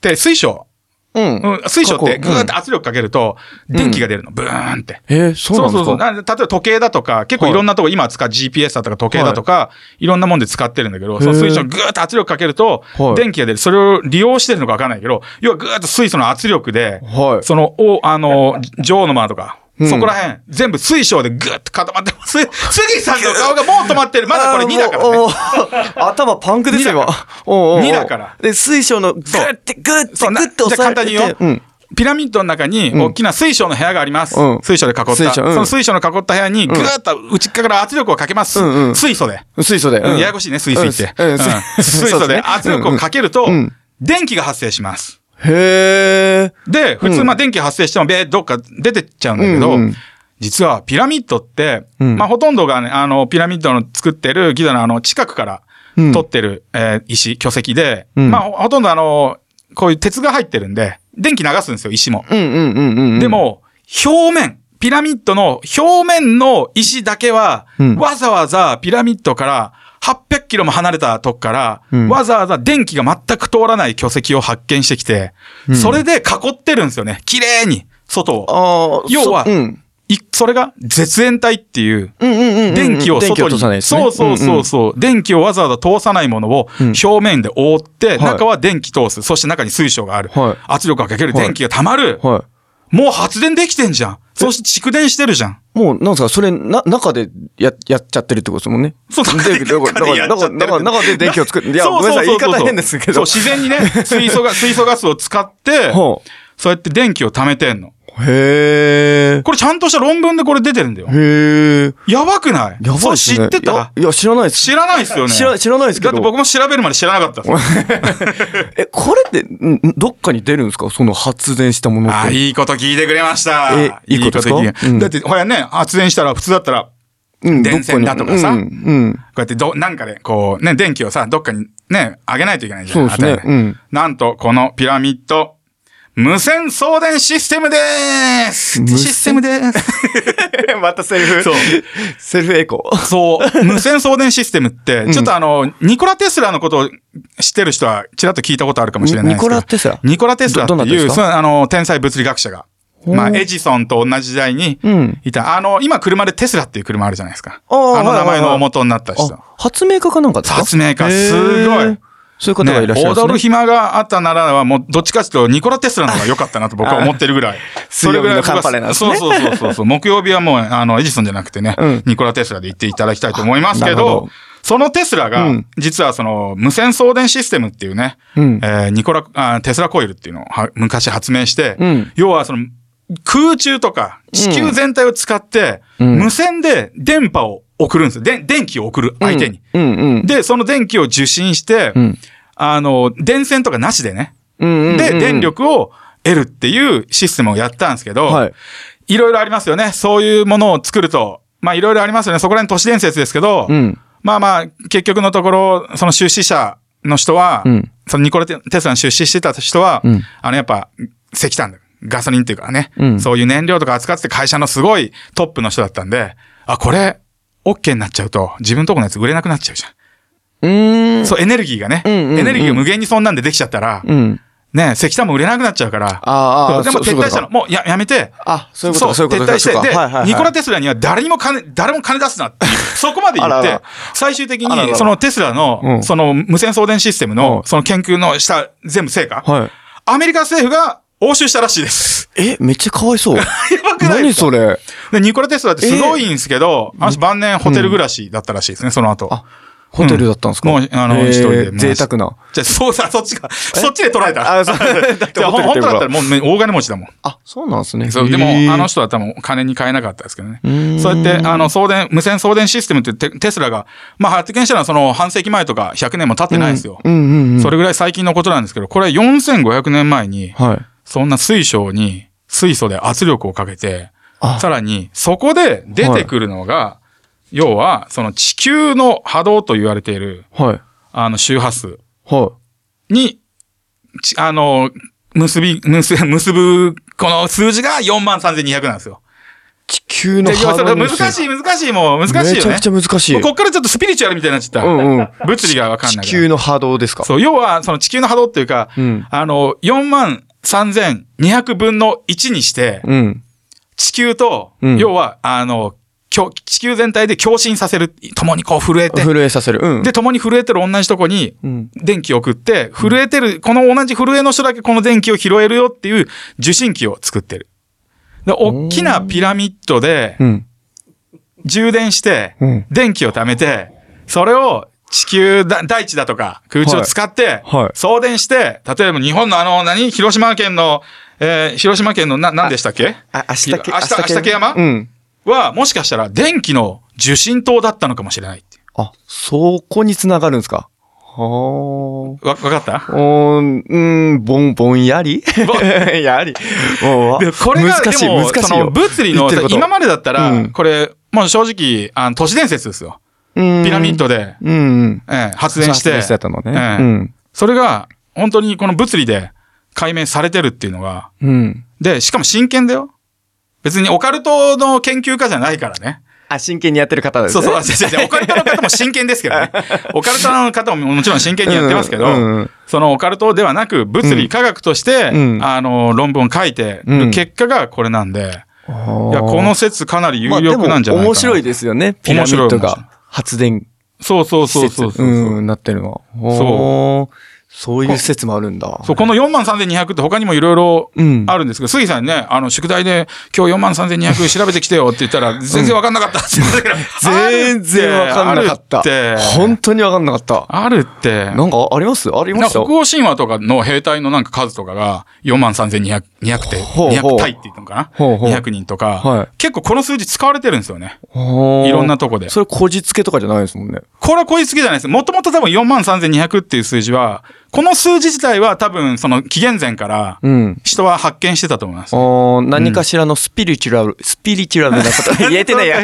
て水晶、うん。うん、水晶って花グ崗ーって圧力かけると、電気が出るの、ブーンって。えー、そうなんですかなんで例えば時計だとか、結構はいいろんなとこ、今使う GPS だとか時計だとか、い、ろんなもんで使ってるんだけど、その水素にぐーっと圧力かけるとは、い電気が出る。それを利用してるのかわかんないけど、要はぐーっと水素の圧力で、はいその、お、あの、女王の間とか、んそこら辺、全部水晶でぐーっと固まって ます。杉さんの顔がもう止まってる。まだこれ2だからあーもねうお。ー頭パンクですよ、今。おうおうおう二だからで、水晶のグッてグッてグそうなッて押さえて。じゃあ簡単によ。ピラミッドの中に大きな水晶の部屋があります。うん水晶で囲った。水晶うんその水晶の囲った部屋にぐーっと内っ側から圧力をかけます。うんうん水素で。うん。水素で。ううんんややこしいね、水素って。うん うん水水素で圧力をかけるとうんうん、電気が発生します。へえ。で、普通、うんまあ電気発生しても、べーどっか出てっちゃうんだけどうんうん、実はピラミッドって、うんまあほとんどがね、あの、ピラミッドの作ってるギザのあの、近くからうん取ってる、えー石、巨石で、うんまあほほとんどあの、こういう鉄が入ってるんで、電気流すんですよ、石も。うんうんうんうんうん。で、も、表面、ピラミッドの表面の石だけは、うんわざわざピラミッドから800キロも離れたとこから、うんわざわざ電気が全く通らない巨石を発見してきて、んそれで囲ってるんですよね。綺麗に、外を。ああ、要はそうん。いそれが絶縁体っていう、うんうんうんうん。電気を外に、電気落とさないですね。そうそうそうそう、電気をわざわざ通さないものをうん表面で覆って、はい中は電気通す。そして中に水晶がある。はい圧力がかける。はい電気が溜まる。うん。はもう発電できてんじゃん。そして蓄電してるじゃん。い。もう、なんですか、それ、な、中でや、やっちゃってるってことですもんね。そうだ中から、でだから、中でやっちゃってるだから、中で電気を作る。いや、そうごめんなさそい、言ういそうそう方変ですけそう、ど。自然に ね、水素が、水素ガスを使って、はそうやって電気を貯めてんの。あへえ。これちゃんとした論文でこれ出てるんだよ。へえ。やばくないやばいそっれす知ね。っていやたいや、知らないです。知らないっすよね。知ら知らないですけどだって僕も調べるまで知らなかったっ す。え、これって、んんどっかに出るんですかその発電したものって。ああ、いいこと聞いてくれました。えいいことですかいい聞いてうんだって、ほらね、発電したら普通だったら、うん電線だとかさどっにうんうん。こうやってど、なんかで、こう、ね、電気をさ、どっかにね、あげないといけないじゃん。そうですね当たり前うんなんと、このピラミッド、無線送電システムでーす線システムでーす またセルフそう。セルフエコー。そう、無線送電システムって、ちょっとあの、ニコラ・テスラのことを知ってる人は、ちらっと聞いたことあるかもしれないですけど。ニニコラテスラニコラ・テスラってどどんないう、ですかそうあの、天才物理学者が。まあ、エジソンと同じ時代にうんいた。あの、今車でテスラっていう車あるじゃないですか。あーあのは名いはいはい前の元になった人。あ、発明家かなんかですか発明家、へーすごい。そういう方がいらっしゃるんです踊ねる暇があったならは、もう、どっちかというと、ニコラ・テスラの方が良かったなと僕は思ってるぐらい。それぐらい僕は水曜日のカンパネなんですねそうそうそうそうそう。木曜日はもう、あの、エジソンじゃなくてね、うんニコラ・テスラで行っていただきたいと思いますけあなるほどど、そのテスラが、うん実はその、無線送電システムっていうね、うんえーニコラあ、テスラコイルっていうのをは昔発明して、うん要はその、空中とか地球全体を使って、うん無線で電波を送るんですよ。で電気を送る相手に。うんうん。で、その電気を受信して、うんあの、電線とかなしでね。うんうんうんで、電。力を得るっていうシステムをやったんですけど、はいい。ろいろありますよね。そういうものを作ると。まあ、いろいろありますよね。そこら辺都市伝説ですけど、うん。まあまあ、結局のところ、その出資者の人は、うんそのニコラ・テスラに出資してた人は、うんあの、やっぱ、石炭だ。ガソリンっていうかね、うんそういう燃料とか扱ってて会社のすごいトップの人だったんで、あ、これ、OK になっちゃうと、自分とこのやつ売れなくなっちゃうじゃん。うーん。そう、エネルギーがね、うんうんうんエネルギーが無限にそんなんでできちゃったら、うん。ね、石炭も売れなくなっちゃうから、あーそあーうでも撤そそういう退ことしたの、もうややめて、あ、そういうことか、そういうこと撤退して、そういうことで、かはいはいはいニコラ・テスラには誰にも金、誰も金出すな っていう、そこまで言って、あらら最終的にあららそのテスラの、うんその無線送電システムの、うんその研究のした全部成果、はい。アメリカ政府が押収したらしいです。 え、めっちゃかわいそう。やばくないで何すかそれ。で、ニコラ・テスラってすごいんですけど、あの人晩年ホテル暮らしだったらしいですね、その後。あ、ホテルだったんですかもう、あの、えー一人で。贅沢な。じゃあ、そうさ、そっちが、そっちで捉えた。あそうだって じゃあ、ホテル本当ってことだったらもうね大金持ちだもん。あ、そうなんですね。そう、でもへ、ーあの、人は多分金に変えなかったですけどねー。んそうやって、あの、送電、無線送電システムってテテスラが、まあ発見したのはその半世紀前とか100年も経ってないですよ。うんうんうん。それぐらい最近のことなんですけど、これ4500年前に、はい。そんな水晶に水素で圧力をかけて、あさらに、そこで出てくるのが、要は、その地球の波動と言われている、はい。あの、周波数はに、ちあの、結び、 結結ぶ、この数字が43,200なんですよ。い。地球ので要はハそーれド難しい、難しい、もう、難しいよね。めちゃくちゃ難しい。もうこっからちょっとスピリチュアルみたいになっちゃった。うんうん。物理がわかん地ない。球の波動ですかそう、要は、その地球の波動っていうか、うんあの、4万3200分の1にして、うん。地球と、うん要は、あの、共地球全体で共振させる。共にこう震えて。震えさせる。うん。で、共に震えてる同じとこにうん、電気を送って、震えてる、この同じ震えの人だけこの電気を拾えるよっていう受信機を作ってる。で、大きなピラミッドで、うん。充電してうん、電気を貯めて、それを地球だ、大地だとか空中を使ってはいはい、送電して、例えば日本のあの、何広島県の、えー広島県のな、何でしたっけあ、明日け、明日明日系山うん。は、もしかしたら電気の受信塔だったのかもしれないっていあ、そこにつながるんですかはあ。おう。わ、わかったーん、うん、ぼん、ぼんやり やり。もうでこれが、難しい、でも難しいそのよ。物理言のってるこ、と今までだったら、うんこれ、もう正直、あの、都市伝説ですよ。ピピラミッ。ドで、うんうん。ええ発電して、発電してたのね。ええそれが、本当にこの物理で解明されてるっていうのが、うん。うん。で、しかも真剣だよ。別にオカルトの研究家じゃないからね。あ、真剣にやってる方ですそうね。そう、あ違う 違うオカルトの方も真剣ですけどね。オカルトの方ももちろん真剣にやってますけど、うんうんうんそのオカルトではなく物理科学として、うんあの、論文を書いてる結果がこれなんで、いや、この説かなり有まあで力なんじゃないかな。も面白いですよね。ピラミッド面白い面白いが発電そうそう施そう設そうそう。うんなってるのは。そう。そういう施設もあるんだ。そう、この4万3200って他にもいろいろうんあるんですけど、杉さんにね、あの、宿題で今日4万3200調べてきてよって言ったら、全然わかんなか ったって言ってたけど全然わかんなかったあるって。。本当にわかんなかった。あるって。なんかありますありまなんかした北欧神話とかの兵隊のなんか数とかが4万3200、200って、ほうほ200う体って言ったのかなほうほう ?200 人とはいか、結構この数字使われてるんですよね。いいろんなとこでそれこじつけとかじゃないですもんね。これはこいつきじゃないです。もともと多分4万3200っていう数字は、この数字自体は多分その紀元前からうん。人は発見してたと思いますあ。ー何かしらのスピリチュアル、スピリチュアルなこ と言えてないや。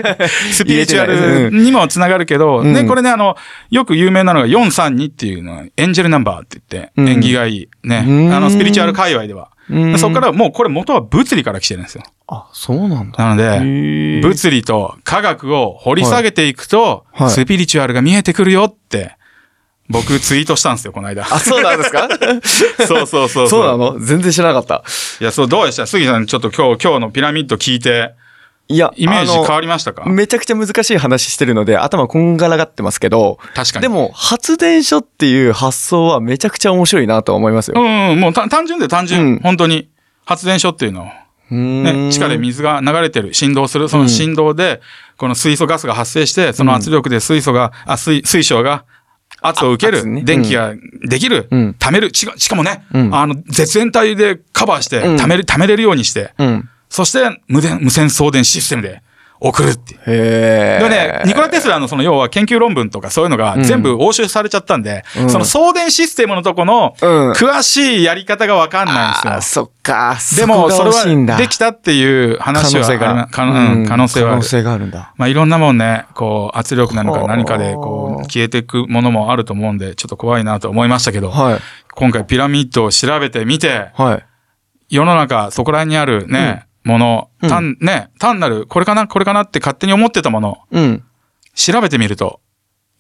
スピリチュア言えてないルうんにもつながるけど、んね、これね、あの、よく有名なのが432っていうのは、エンジェルナンバーって言って、うん縁起がいい。うね。んあの、スピリチュアル界隈ではう。んそこからもうこれ元は物理から来てるんですよ。あ、そうなんだ。なので、へー物理と科学を掘り下げていくとはいは、いスピリチュアルが見えてくるよって、僕ツイートしたんですよ、この間。あ、そうなんですか そうそう そう。そうなの全然知らなかった。いや、そう、どうでした杉さん、ちょっと今日、今日のピラミッド聞いて、いや、イメージあ変のわりましたかめちゃくちゃ難しい話してるので、頭こんがらがってますけど、確かに。で、も、発電所っていう発想はめちゃくちゃ面白いなとは思いますうよ。んうん、もうた単純で単純、うん本当に。発電所っていうのは、うーね、ん地下で水が流れてる、振動する、その振動で、この水素ガスが発生して、その圧力で水素が、あ、水、水晶が、圧を受けあ圧る、ね電気ができる、うん溜める、しかしかもね、うんあの、絶縁体でカバーして、うん溜める、溜めれるようにして、うん。そして無電、無線送電システムで送るっていう。へえ。でもね、ニコラ・テスラのその要は研究論文とかそういうのが全部押収されちゃったんで、んその送電システムのとこのうん詳しいやり方がわかんないんですよ。あーそっか。でも、こそがれ欲しいんはだできたっていう可話能はあ性りまが。可能うん可能性はあ可る能。性があるんだ。まあ、いろんなもんね、こう、圧力なのかはあ何かで、こう、消えていくものもあると思うんで、ちょっと怖いなと思いましたけど、はい。今回ピラミッドを調べてみて、はい。世の中、そこら辺にあるね、もの、うん単、ね、単なる、これかな、これかなって勝手に思ってたもの、うん。調べてみると、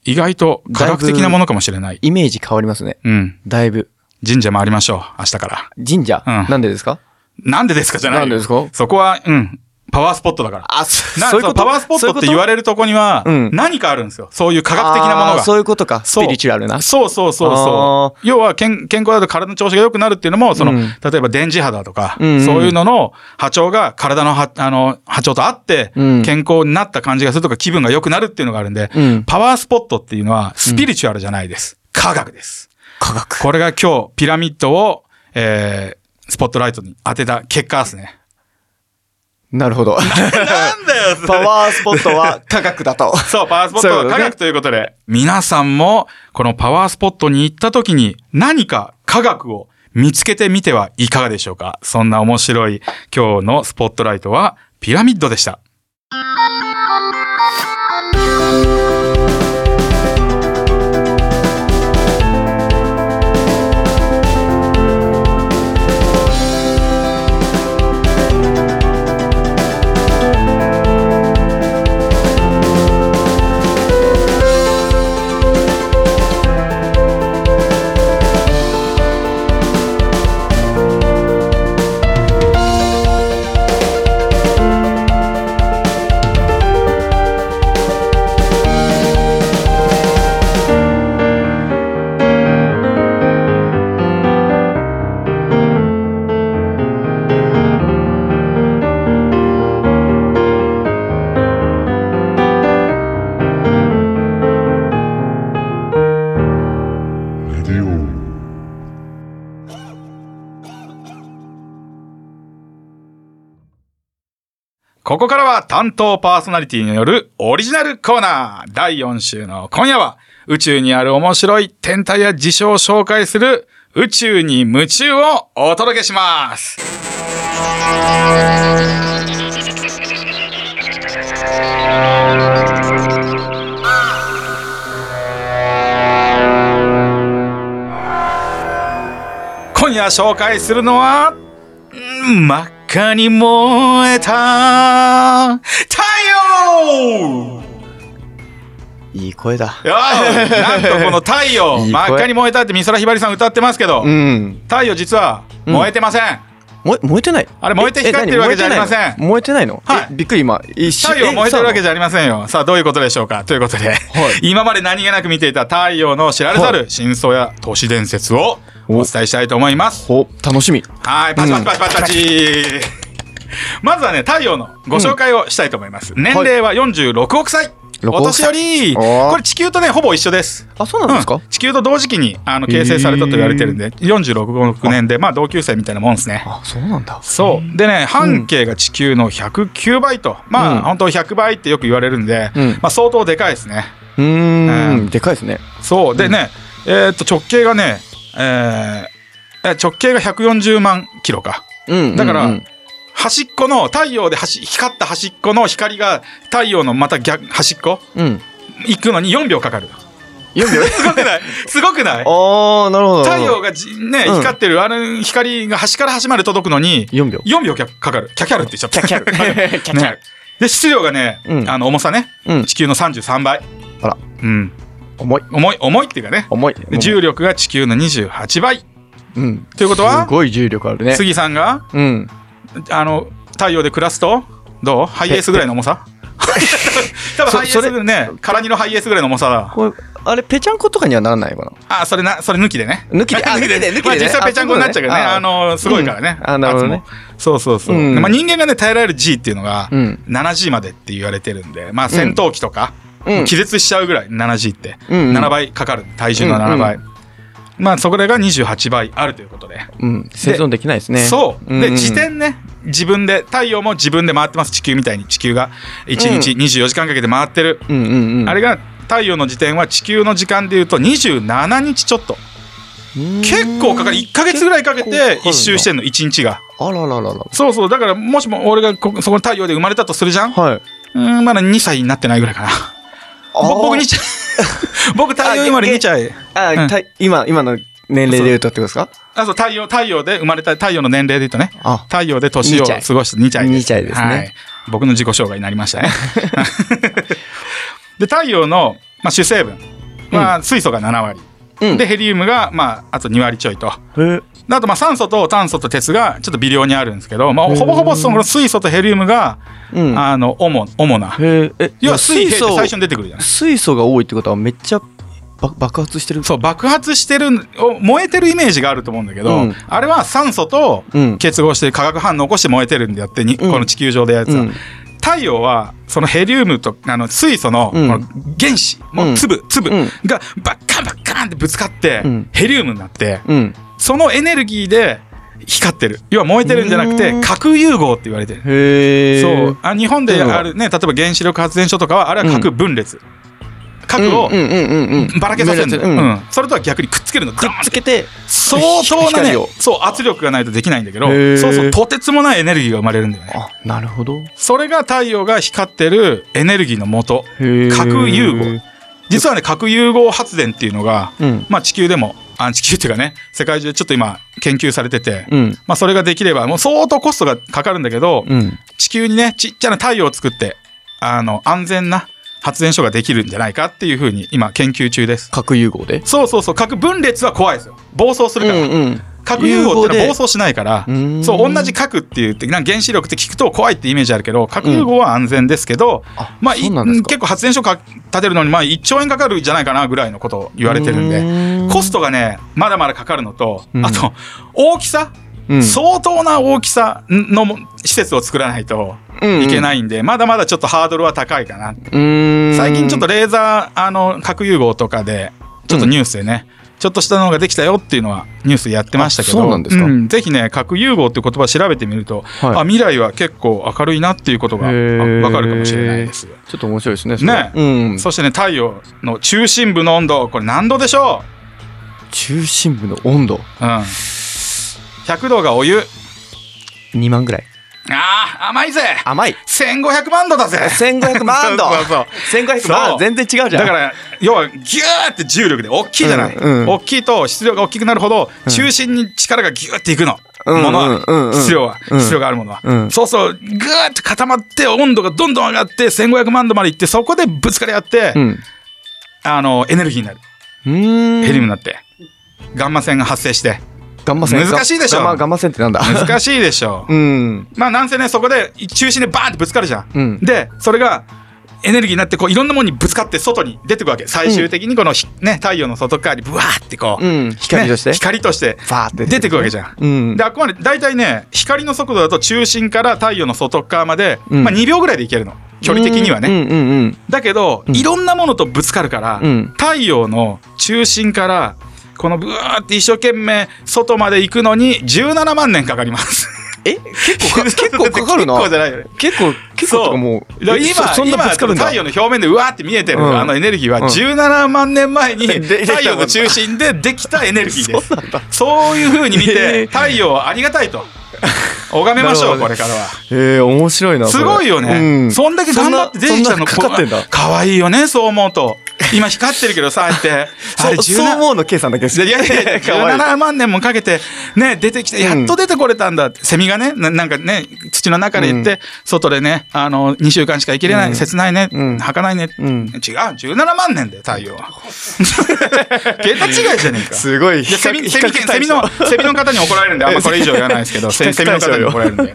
意外と科学的なものかもしれない。イメージ変わりますね。うん。だいぶ。神社回りましょう、明日から。神社、うんなんでですかなんでですかじゃないよなんでですかそこは、うん、パワースポットだから。あ、そなんそうパワースポットって言われれるとこにはうん、何かあるんですよ。そういう科学的なものが。そういうことか。スそうピリチュアルな。そうそうそうそう。要は健、健康だと体の調子が良くなるっていうのも、その、うん例えば電磁波だとか、うんうんそういうのの波長が体のはあの波長と合ってうん、健康になった感じがするとか、気分が良くなるっていうのがあるんで、うんパワースポットっていうのは、スピリチュアルじゃないです。科学です。科学。これが今日、ピラミッドを、えー、スポットライトに当てた結果ですね。なるほど。なんだよ、パワースポットは科学だと。 そう、パワースポットは科学ということで、皆さんも、このパワースポットに行った時に何か科学を見つけてみてはいかがでしょうかそんな面白い今日のスポットライトはピラミッドでした。 Radio. ここからは担当パーソナリティによるオリジナルコーナー第4週の今夜は宇宙にある面白い天体や事象を紹介する宇宙に夢中をお届けします。今夜紹介するのはうん真っ赤に燃えた太陽いい声だ。 なんとこの太陽いい声真っ赤に燃えたって美空ひばりさん歌ってますけど、うん。太陽実は燃えてません、燃え、燃えてないあれ燃えて光ってるわけじゃありませんええ何燃えてないの燃えてないはのいえびっくり今、一瞬。太陽燃えてるわけじじゃありませんよ。さあ、どういうことでしょうかということで、 今まで何気なく見ていた太陽の知られざる真相や都市伝説をお伝えしたいと思います。お、楽しみ。はい、パチパチパチパチパチ。まずはね、太陽のご紹介をしたいと思います。年齢は46億歳。 46お年寄りおーこれ地球とね、ほぼ一緒です。あ、そうなんですうんか地球と同時期にあの形成されたと言われてるんで、46億年で、まあ同級生みたいなもんですね。あ、そうなんだ。そうでね半径が地球の109倍と、まうあん本当100倍ってよく言われるんで、うんまあ、相当でかいですねうーうんん、でかいですね。そうでね、えーっと直径がね、えーえ直径が140万キロかうん。だから、うんうん端っこの太陽で端光った端っこの光が太陽のまた逆端っこうん。行くのに4秒かかる4秒すごくないすごくない あー、なるほど。太陽がじねうん光ってる、あの光が端から端まで届くのに4秒。 4秒かかるキャキャルって言っちゃったキャキャルキャキャル ねで質量がね、うんあの重さね、うん地球の33倍あら、うん、重い。重い重いっていうかね重い。で重力が地球の28倍うん。ということはすごい重力あるね。杉さんがうん。あの太陽で暮らすとどうハイエースぐらいの重さ多分ハイエースぐらいね、空煮のハイエースぐらいの重さだ。これ、あれ、ぺちゃんことかにはならないかあ、それな、それ抜きでね。抜きであ抜きで抜きでねまあ実際ぺちゃんこになっちゃうけどね。ああの、すごいからね。うんあなるほどね圧も。そうそうそう。うんまあ人間がね、耐えられる G っていうのが、うん 7G までって言われてるんで、まあ戦闘機とか、うん気絶しちゃうぐらい 7G って、うんうん7倍かかる。体重の7倍。まあそれが28倍あるということで。な。うん。生存できないですね。そう。んで、自転ね、自分で、太陽も自分で回ってます。地球みたいに地球が1日24時間かけて回ってる。うんうんうん。あれが太陽の時点は地球の時間でいうと27日ちょっと。うん結構かかる。1ヶ月ぐらいかけ結構かかるてんだ一周してんの、1日が。あらららら。そうそう。だから、もしも俺がこそこの太陽で生まれたとするじゃんうはい。ーん、まだ2歳になってないぐらいかな。ぼ僕2歳。僕太陽生まれ2歳。あうんー、た今、今の年齢で言うとってことですかあ、そう、太陽、太陽で生まれた、太陽の年齢で言うとね。あ、太陽で年を二歳過ごした2歳です。二歳ですねはい。僕の自己紹介になりました ね。で、太陽の、まあ、主成分は水素が7割。うん。で、ヘリウムが、まあ、あと2割ちょいと。え、であと、まあ、酸素と炭素と鉄がちょっと微量にあるんですけど、まあ、へーほぼほぼその水素とヘリウムが、うん。あの、主、主な。へえ、要は水平って最初に出でてくるじゃない水素が多いってことはめっちゃば爆発してるそう、爆発してる、お燃えてるイメージがあると思うんだけど、うんあれは酸素とうん結合して化学反応を起こして燃えてるんであって、にうんこの地球上でやるやつは。うん太陽はそのヘリウムとあの水素のこうんの原子、もう粒粒うんがバッカンバッカンってぶつかってうんヘリウムになってうん。そのエネルギーで光ってる要は燃えてるんじゃなくてうん核融合って言われてるへえ。そう。あ日本であるね例えば原子力発電所とかはあれは核分裂核をうんうんうんうん うん。ばらけさせるんだよ、ううんん。それとは逆にくっつけるのくっガーンってつけて、相当なね光をそう圧力がないとできないんだけどへーそうそうとてつもないエネルギーが生まれるんだよねあ、なるほど。それが太陽が光ってるエネルギーの元へえ。核融合。実はね核融合発電っていうのが、うん。まあ、地球でもあ地球っていうかね世界中でちょっと今研究されてて、うん。まあ、それができればもう相当コストがかかるんだけど、うん。地球にねちっちゃな太陽を作ってあの安全な発電所ができるんじゃないかっていうふうに今研究中です。核融合で。そうそうそう核分裂は怖いですよ暴走するから、うん。核融合ってのは暴走しないからうーんそう同じ核っていうなんか原子力って聞くと怖いってイメージあるけど核融合は安全ですけど、あまあいそうなんですか結構発電所か建てるのにまあ1兆円かかるんじゃないかなぐらいのことを言われてるんうでーんコストがねまだまだかかるのと、うんあと大きさ、うん相当な大きさのも施設を作らないといけないんで、まだまだちょっとハードルは高いかなうーん。最近ちょっとレーザーあの核融合とかでちょっとニュースでね、ちょっとしたのができたよっていうのはニュースやってましたけどあそうなんですかぜひね核融合って言葉調べてみると、はいあ未来は結構明るいなっていうことがあへーわかるかもしれないです。ちょっと面白いですね。それねうん。そしてね太陽の中心部の温度これ何度でしょ中心部の温度。う、うん、100度がお湯2万ぐらい。あー甘いぜ甘い。 1500万度だぜ1500万そうそうそう度。1500万全然違うじゃん。だから要はギューって重力で大きいじゃない、うんうん大きいと質量が大きくなるほど中心に力がギューっていくの、うんものは、うんうん質量は、うん質量があるものは、うんそうそうギューって固まって温度がどんどん上がって1500万度までいってそこでぶつかり合って、うん。あのエネルギーになるうーん。ヘリウムになって、ガンマ線が発生してガンマ線。難しいでしょガンマガンマ線ってなんだ。難しいでしょううん。まあなんせねそこで中心でバーンってぶつかるじゃん、うんでそれがエネルギーになってこういろんなものにぶつかって外に出てくわけ最終的にこのひ、ね、太陽の外側にブワーってこう、うん。光として。ね光としてバーって出てくるわけじゃん。うんであくまで大体ね光の速度だと中心から太陽の外側まで、うんまあ、2秒ぐらいでいけるの距離的にはね。うんうんうん。だけど、いろんなものとぶつかるから、うん太陽の中心からこのブワーって一生懸命外まで行くのに17万年かかります。え結 構か結構かかるな。結構じゃないよね。結構結構とかもうだからえそ今そんなぶつかるん今だ。太陽の表面でうわーって見えてる、うんあのエネルギーはうん17万年前に でできた太陽の中心でできたエネルギーです そうなんだそういうふうに見へてー太陽をありがたいと拝めましょうなこるほどねれからはえー面白いな。そすれごいよね、うんそんだけ頑張って出てきたのそんなかかってんだこかわいいよねそう思うと今光ってるけどさあってあれ そうそう17思うの計算だけです。いやいやい やかわ いい17万年もかけてね出てきてやっと出てこれたんだって、セミがねななんかね土の中で行って、外でねあの2週間しか生きれない、切ないね、うん儚ないね、うん違う17万年だよ太陽 は桁違いじゃねえかすごいいやセミ比較セミ比較対セ ミのセミの方に怒られるんであんまこれ以上言わないですけどセミの方そうよ怒られるんで。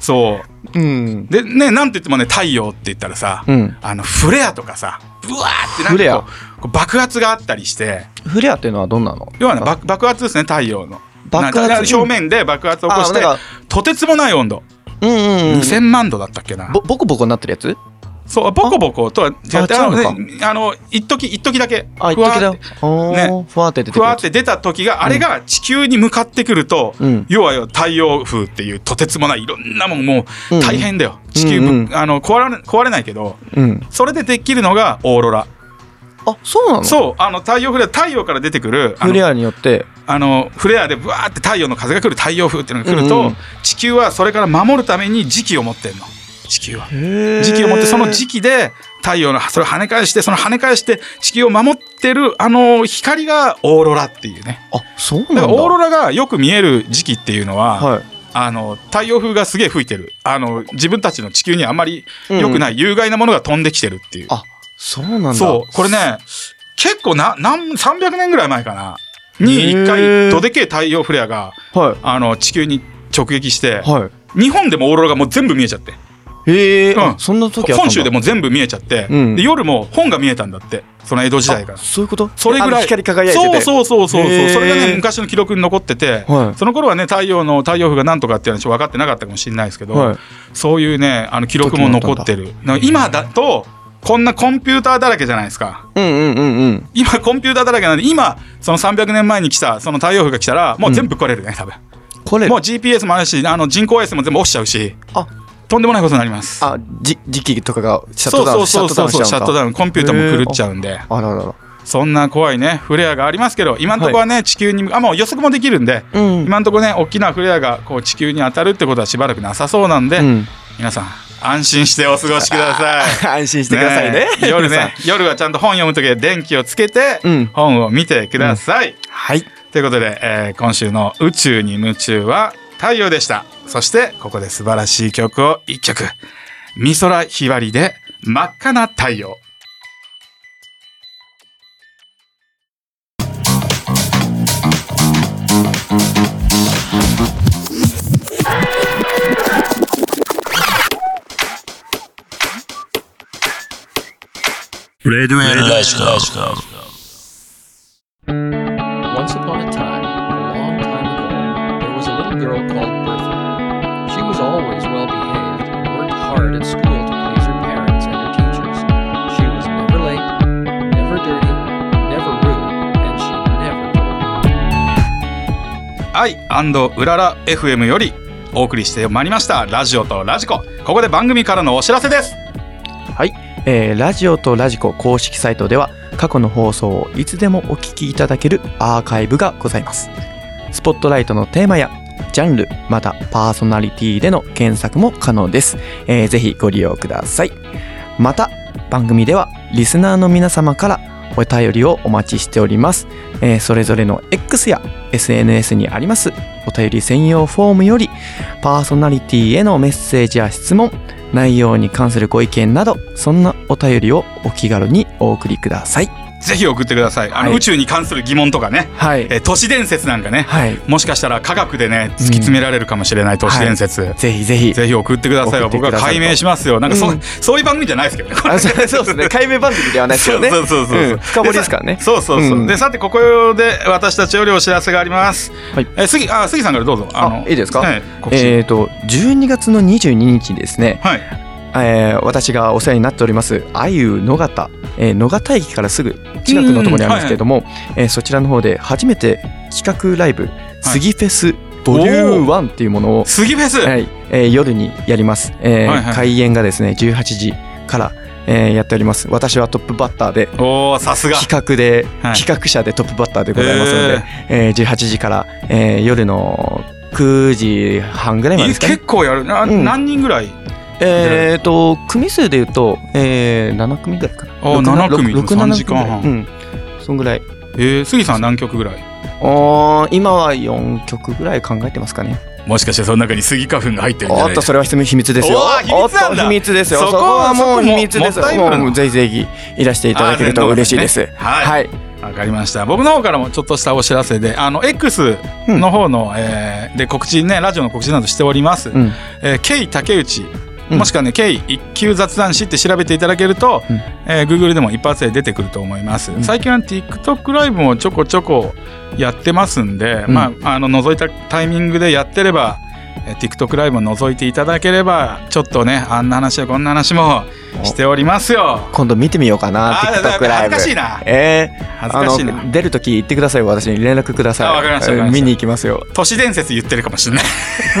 そう。うん。で、ね、なんて言ってもね、太陽って言ったらさ、うんあの、フレアとかさ、ブワーってなんフレかアこうこう爆発があったりして、フレアっていうのはどんなの要はね、爆爆発ですね、太陽の。爆発なんか正面で爆発を起こしてあなんか、とてつもない温度。うんうんうん。 2000万度だったっけな。ぼボコボコになってるやつそう、ボコボコとは違って、ああの違うのかね、あの、一時一時だけ。あ、一時だよ。おーねふわって出てふくるわやっつ。て出た時があれが地球に向かってくると、うん要はよ太陽風っていうとてつもないいろんなもんもう大変だよ、地球ぶ、うんうんあの壊れ壊れないけどうん。それでできるのがオーロラ、あ、そうなのそうあの太陽フレア太陽から出てくるあのフレアによって。あのフレアでブワーって太陽の風が来る太陽風っていうのが来ると、うんうん地球はそれから守るために磁気を持ってんの地球は。時時期を持ってその時期で太陽のそれを跳ね返してその跳ね返して地球を守ってるあの光がオーロラっていうねあ、そうなんだだ。からオーロラがよく見える時期っていうのは、はい。あの太陽風がすげえ吹いてるあの自分たちの地球にあんまり良くない、有害なものが飛んできてるっていうあ、そうなんだ。そうこれね結構な何300年ぐらい前かなに一へ回ーどでけえ太陽フレアがはあの地球に直撃してい。は日本でもオーロラがもう全部見えちゃってい。へえ、うんあそんな時あったんだ本州でも全部見えちゃって、うんで夜も本が見えたんだってその江戸時代からあそういうことそれぐあらのい光り輝いてて。そうそうそうそうそうへーそれがね昔の記録に残ってて、はいその頃はね太陽の太陽風が何とかっていうのはちょっと分かってなかったかもしれないですけど、はいそういうねあの記録も残ってるなんか今だとこんなコンピューターだらけじゃないですかうんうんうんうん。今コンピューターだらけなんで今その300年前に来たその太陽風が来たらもう全部壊れるね多分、これ、もう GPS もあるしあの人工衛星も全部落ちちゃうしあ、とんでもないことになりますあ、じ、時期とかがシャッそトうダそウうン、シそうャットダそウうンしちそうゃシャットダウンコンピューターも狂っちゃうんでうんだあららら。そんな怖いねフレアがありますけど今のところはね、地球にあもう予測もできるんで、うん今のところね大きなフレアがこう地球に当たるってことはしばらくなさそうなんで、うん皆さん安心してお過ごしください。安心してくださいね。え 夜皆さねん。夜はちゃんと本読むときは電気をつけてうん本を見てください。はい。ということで、えー今週の「宇宙に夢中」は太陽でしたそしてここで素晴らしい曲を1曲「美空ひばり」で「真っ赤な太陽」 Red Wave. Let's go. Once upon a time, a long time ago, there was a little girl called Bertha. She was always well behaved and worked hard at school to please her parents and her teachers. She was never late, never dirty, never rude, and she never told アイうらら FM よりお送りしてまいりましたラジオとラジコここで番組からのお知らせですはい、えーラジオとラジコ公式サイトでは過去の放送をいつでもお聞きいただけるアーカイブがございますスポットライトのテーマやジャンルまたパーソナリティでの検索も可能です、えーぜひご利用くださいまた番組ではリスナーの皆様からお便りをお待ちしております、えーそれぞれの X や SNS にありますお便り専用フォームよりパーソナリティへのメッセージや質問内容に関するご意見などそんなお便りをお気軽にお送りくださいぜひ送ってくださいあの、はい宇宙に関する疑問とかね、はいえー都市伝説なんかねはいもしかしたら科学でね突き詰められるかもしれない都市伝説、ぜひぜひぜひ送ってくださいよ送って僕くだはさいと解明しますよなんかそ,、ううんそういう番組じゃないですけどねあそうそう ですね解明番組ではないですよねそうそうそうそう、ん深掘りですからねさそうそうそう、うんでさてここで私たちよりお知らせがあります、はいえー杉あ杉さんからどうぞのあいいですかはい告知えっ、と12月の22日にですね、はいえー私がお世話になっておりますあゆ野方、えー野方駅からすぐ近くのところにあるんですけれども、えーそちらの方で初めて企画ライブ「杉フェスボリューム1っていうものを杉フェス、はい、えー夜にやります、えーはいはい開演がですね18時から、えーやっております私はトップバッターでおおさすが企画で、はい企画者でトップバッターでございますので、えー18時から、えー夜の9時半ぐらいまでいですかね結構やるな、うん何人ぐらいえー、と組数でいうと、えー、7組ぐらいかなあー7組6 3 7時間半うんそんぐらいえー、杉さん何曲ぐらいおー今は4曲ぐらい考えてますかねもしかしてその中に杉花粉が入ってるんじゃなおっいとそれは秘密ですよおー秘密なんだおっと秘密ですよそそここははもうそこも秘密ですもったいぶるなもうぜひぜひいらしていただけると嬉しいですあーねはい、あわかりました。僕の方からもちょっとしたお知らせで、あの、X の方の、えーで、告知ね、ラジオの告知などしております。うんえー、K 竹内、うんもしくはね、K 一級雑談師って調べていただけると、うんえー Google でも一発で出てくると思います。ん最近は TikTok ライブもちょこちょこやってますんで、うんまあ、あの、覗いたタイミングでやってれば、えー TikTok ライブも覗いていただければ、ちょっとね、あんな話やこんな話もしておりますよ。今度見てみようかな、だ TikTok だラ恥ずイブ。かしいな。えー恥ずあかしいなの。出るとき言ってください私に連絡くださいあわかりましたわかりました見に行きますよ都市伝説言ってるかもしれない。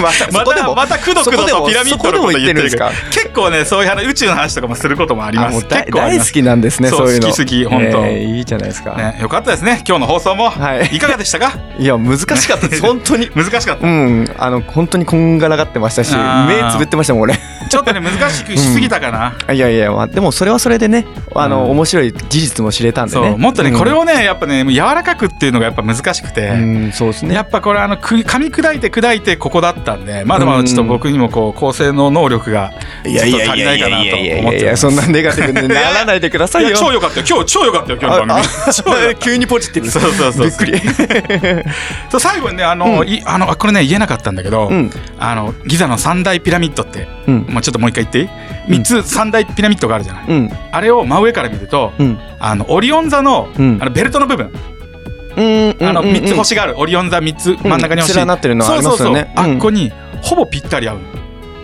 またま た、また、くどくどとピラミッドのこと言ってるから。結構ね、そういう話、宇宙の話とかもすることもありあまもす。う大結構あり大ま好す。きなんですねそうそういうの好き好き本当えーいいじゃないですか、ね、よかったですね。今日の放送も。はいいかがでしたかいや難しかっ たです本当に難しかっうんあの本当にこんがらがってましたしあー目つぶってましたもん俺た。ちょっとね、難しくしすぎたかな。いやいや、まあ、でもそれはそれでねあの、うん面白い事実も知れたんでそねう。もっとね、うんこれをね、やっぱね、柔らかくっていうのがやっぱ難しくうて。んそうですねやっぱこれあのく噛み砕いて砕いてここだったんでまだまだちょっと僕にもこう構成の能力がちょっと足りないかなと思っいてやますそんなネガティブにならないでくださいいよや超良かったよ今日超良かったよ今日の番あ組あ 急にポジティブそうそうそうびっくり そう最後にねあの、うんいあのあこれね言えなかったんだけど、うんあのギザの三大ピラミッドって、うんまあ、ちょっともう一回言っていい、う3んつ三大ピラミッドがあるじゃない、うんあれを真上から見ると、うんあのオリオン座の,、うんあのベルトの部分うんあのうん3つ星がある、オリオン座3つ真ん中に星、連なってるのはあそうりまそうすそう、よねあうんっこにほぼぴったり合う、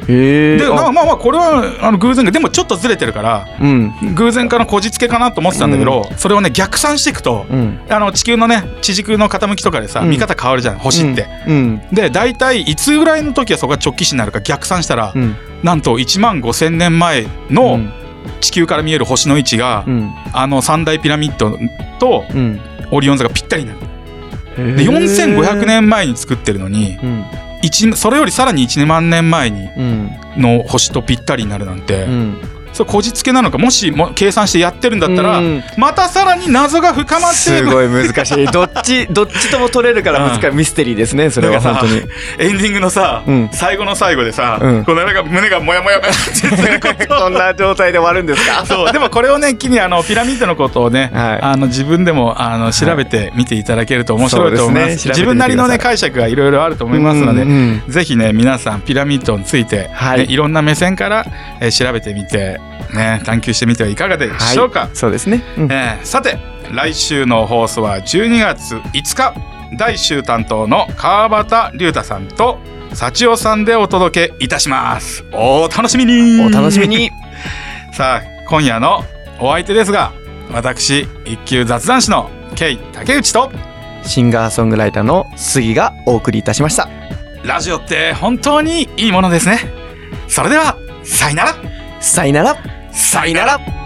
へえでまあまあまあこれはあの偶然がでもちょっとずれてるからうん偶然かのこじつけかなと思ってたんだけど、それをね逆算していくと、うんあの地球のね地軸の傾きとかでさ、うん見方変わるじゃん星って、うんで大体いつぐらいの時はそこが直帰視になるか逆算したら、うんなんと1万5,000年前うのん地球から見える星の位置が、うんあの三大ピラミッドとうんオリオン座がぴったりになるでで4,500年前に作ってるのにうん一それよりさらに1万年前にうんの星とぴったりになるなんて、うんそれこじつけなのかもしも計算してやってるんだったら、うんまたさらに謎が深まってするごい難 しいどっちどっちとも取れるから難しい、ミステリーですねそれなはん本か当さにエンディングのさ、うん最後の最後でさ、うんこのなんか胸がモヤモヤモヤってすることそんな状態で終わるんです かそうでもこれをね機にあのピラミッドのことをね、はいあの自分でもあの調べて見ていただけると面白いと思います,、そうですね調べてみてください自分なりのね解釈がいろいろあると思いますので、うんうんぜひね皆さんピラミッドについて、ねはいいろんな目線から、えー調べてみて、ね、探求してみてはいかがでしょうか、はい、そうですね、うん えーさて来週の放送は12月5日第一週担当の川端龍太さんと幸代さんでお届けいたしますお楽しみにお楽しみに さあ今夜のお相手ですが私一級雑談師のケイ竹内とシンガーソングライターの杉がお送りいたしましたラジオって本当にいいものですねそれではさよならさよならさよなら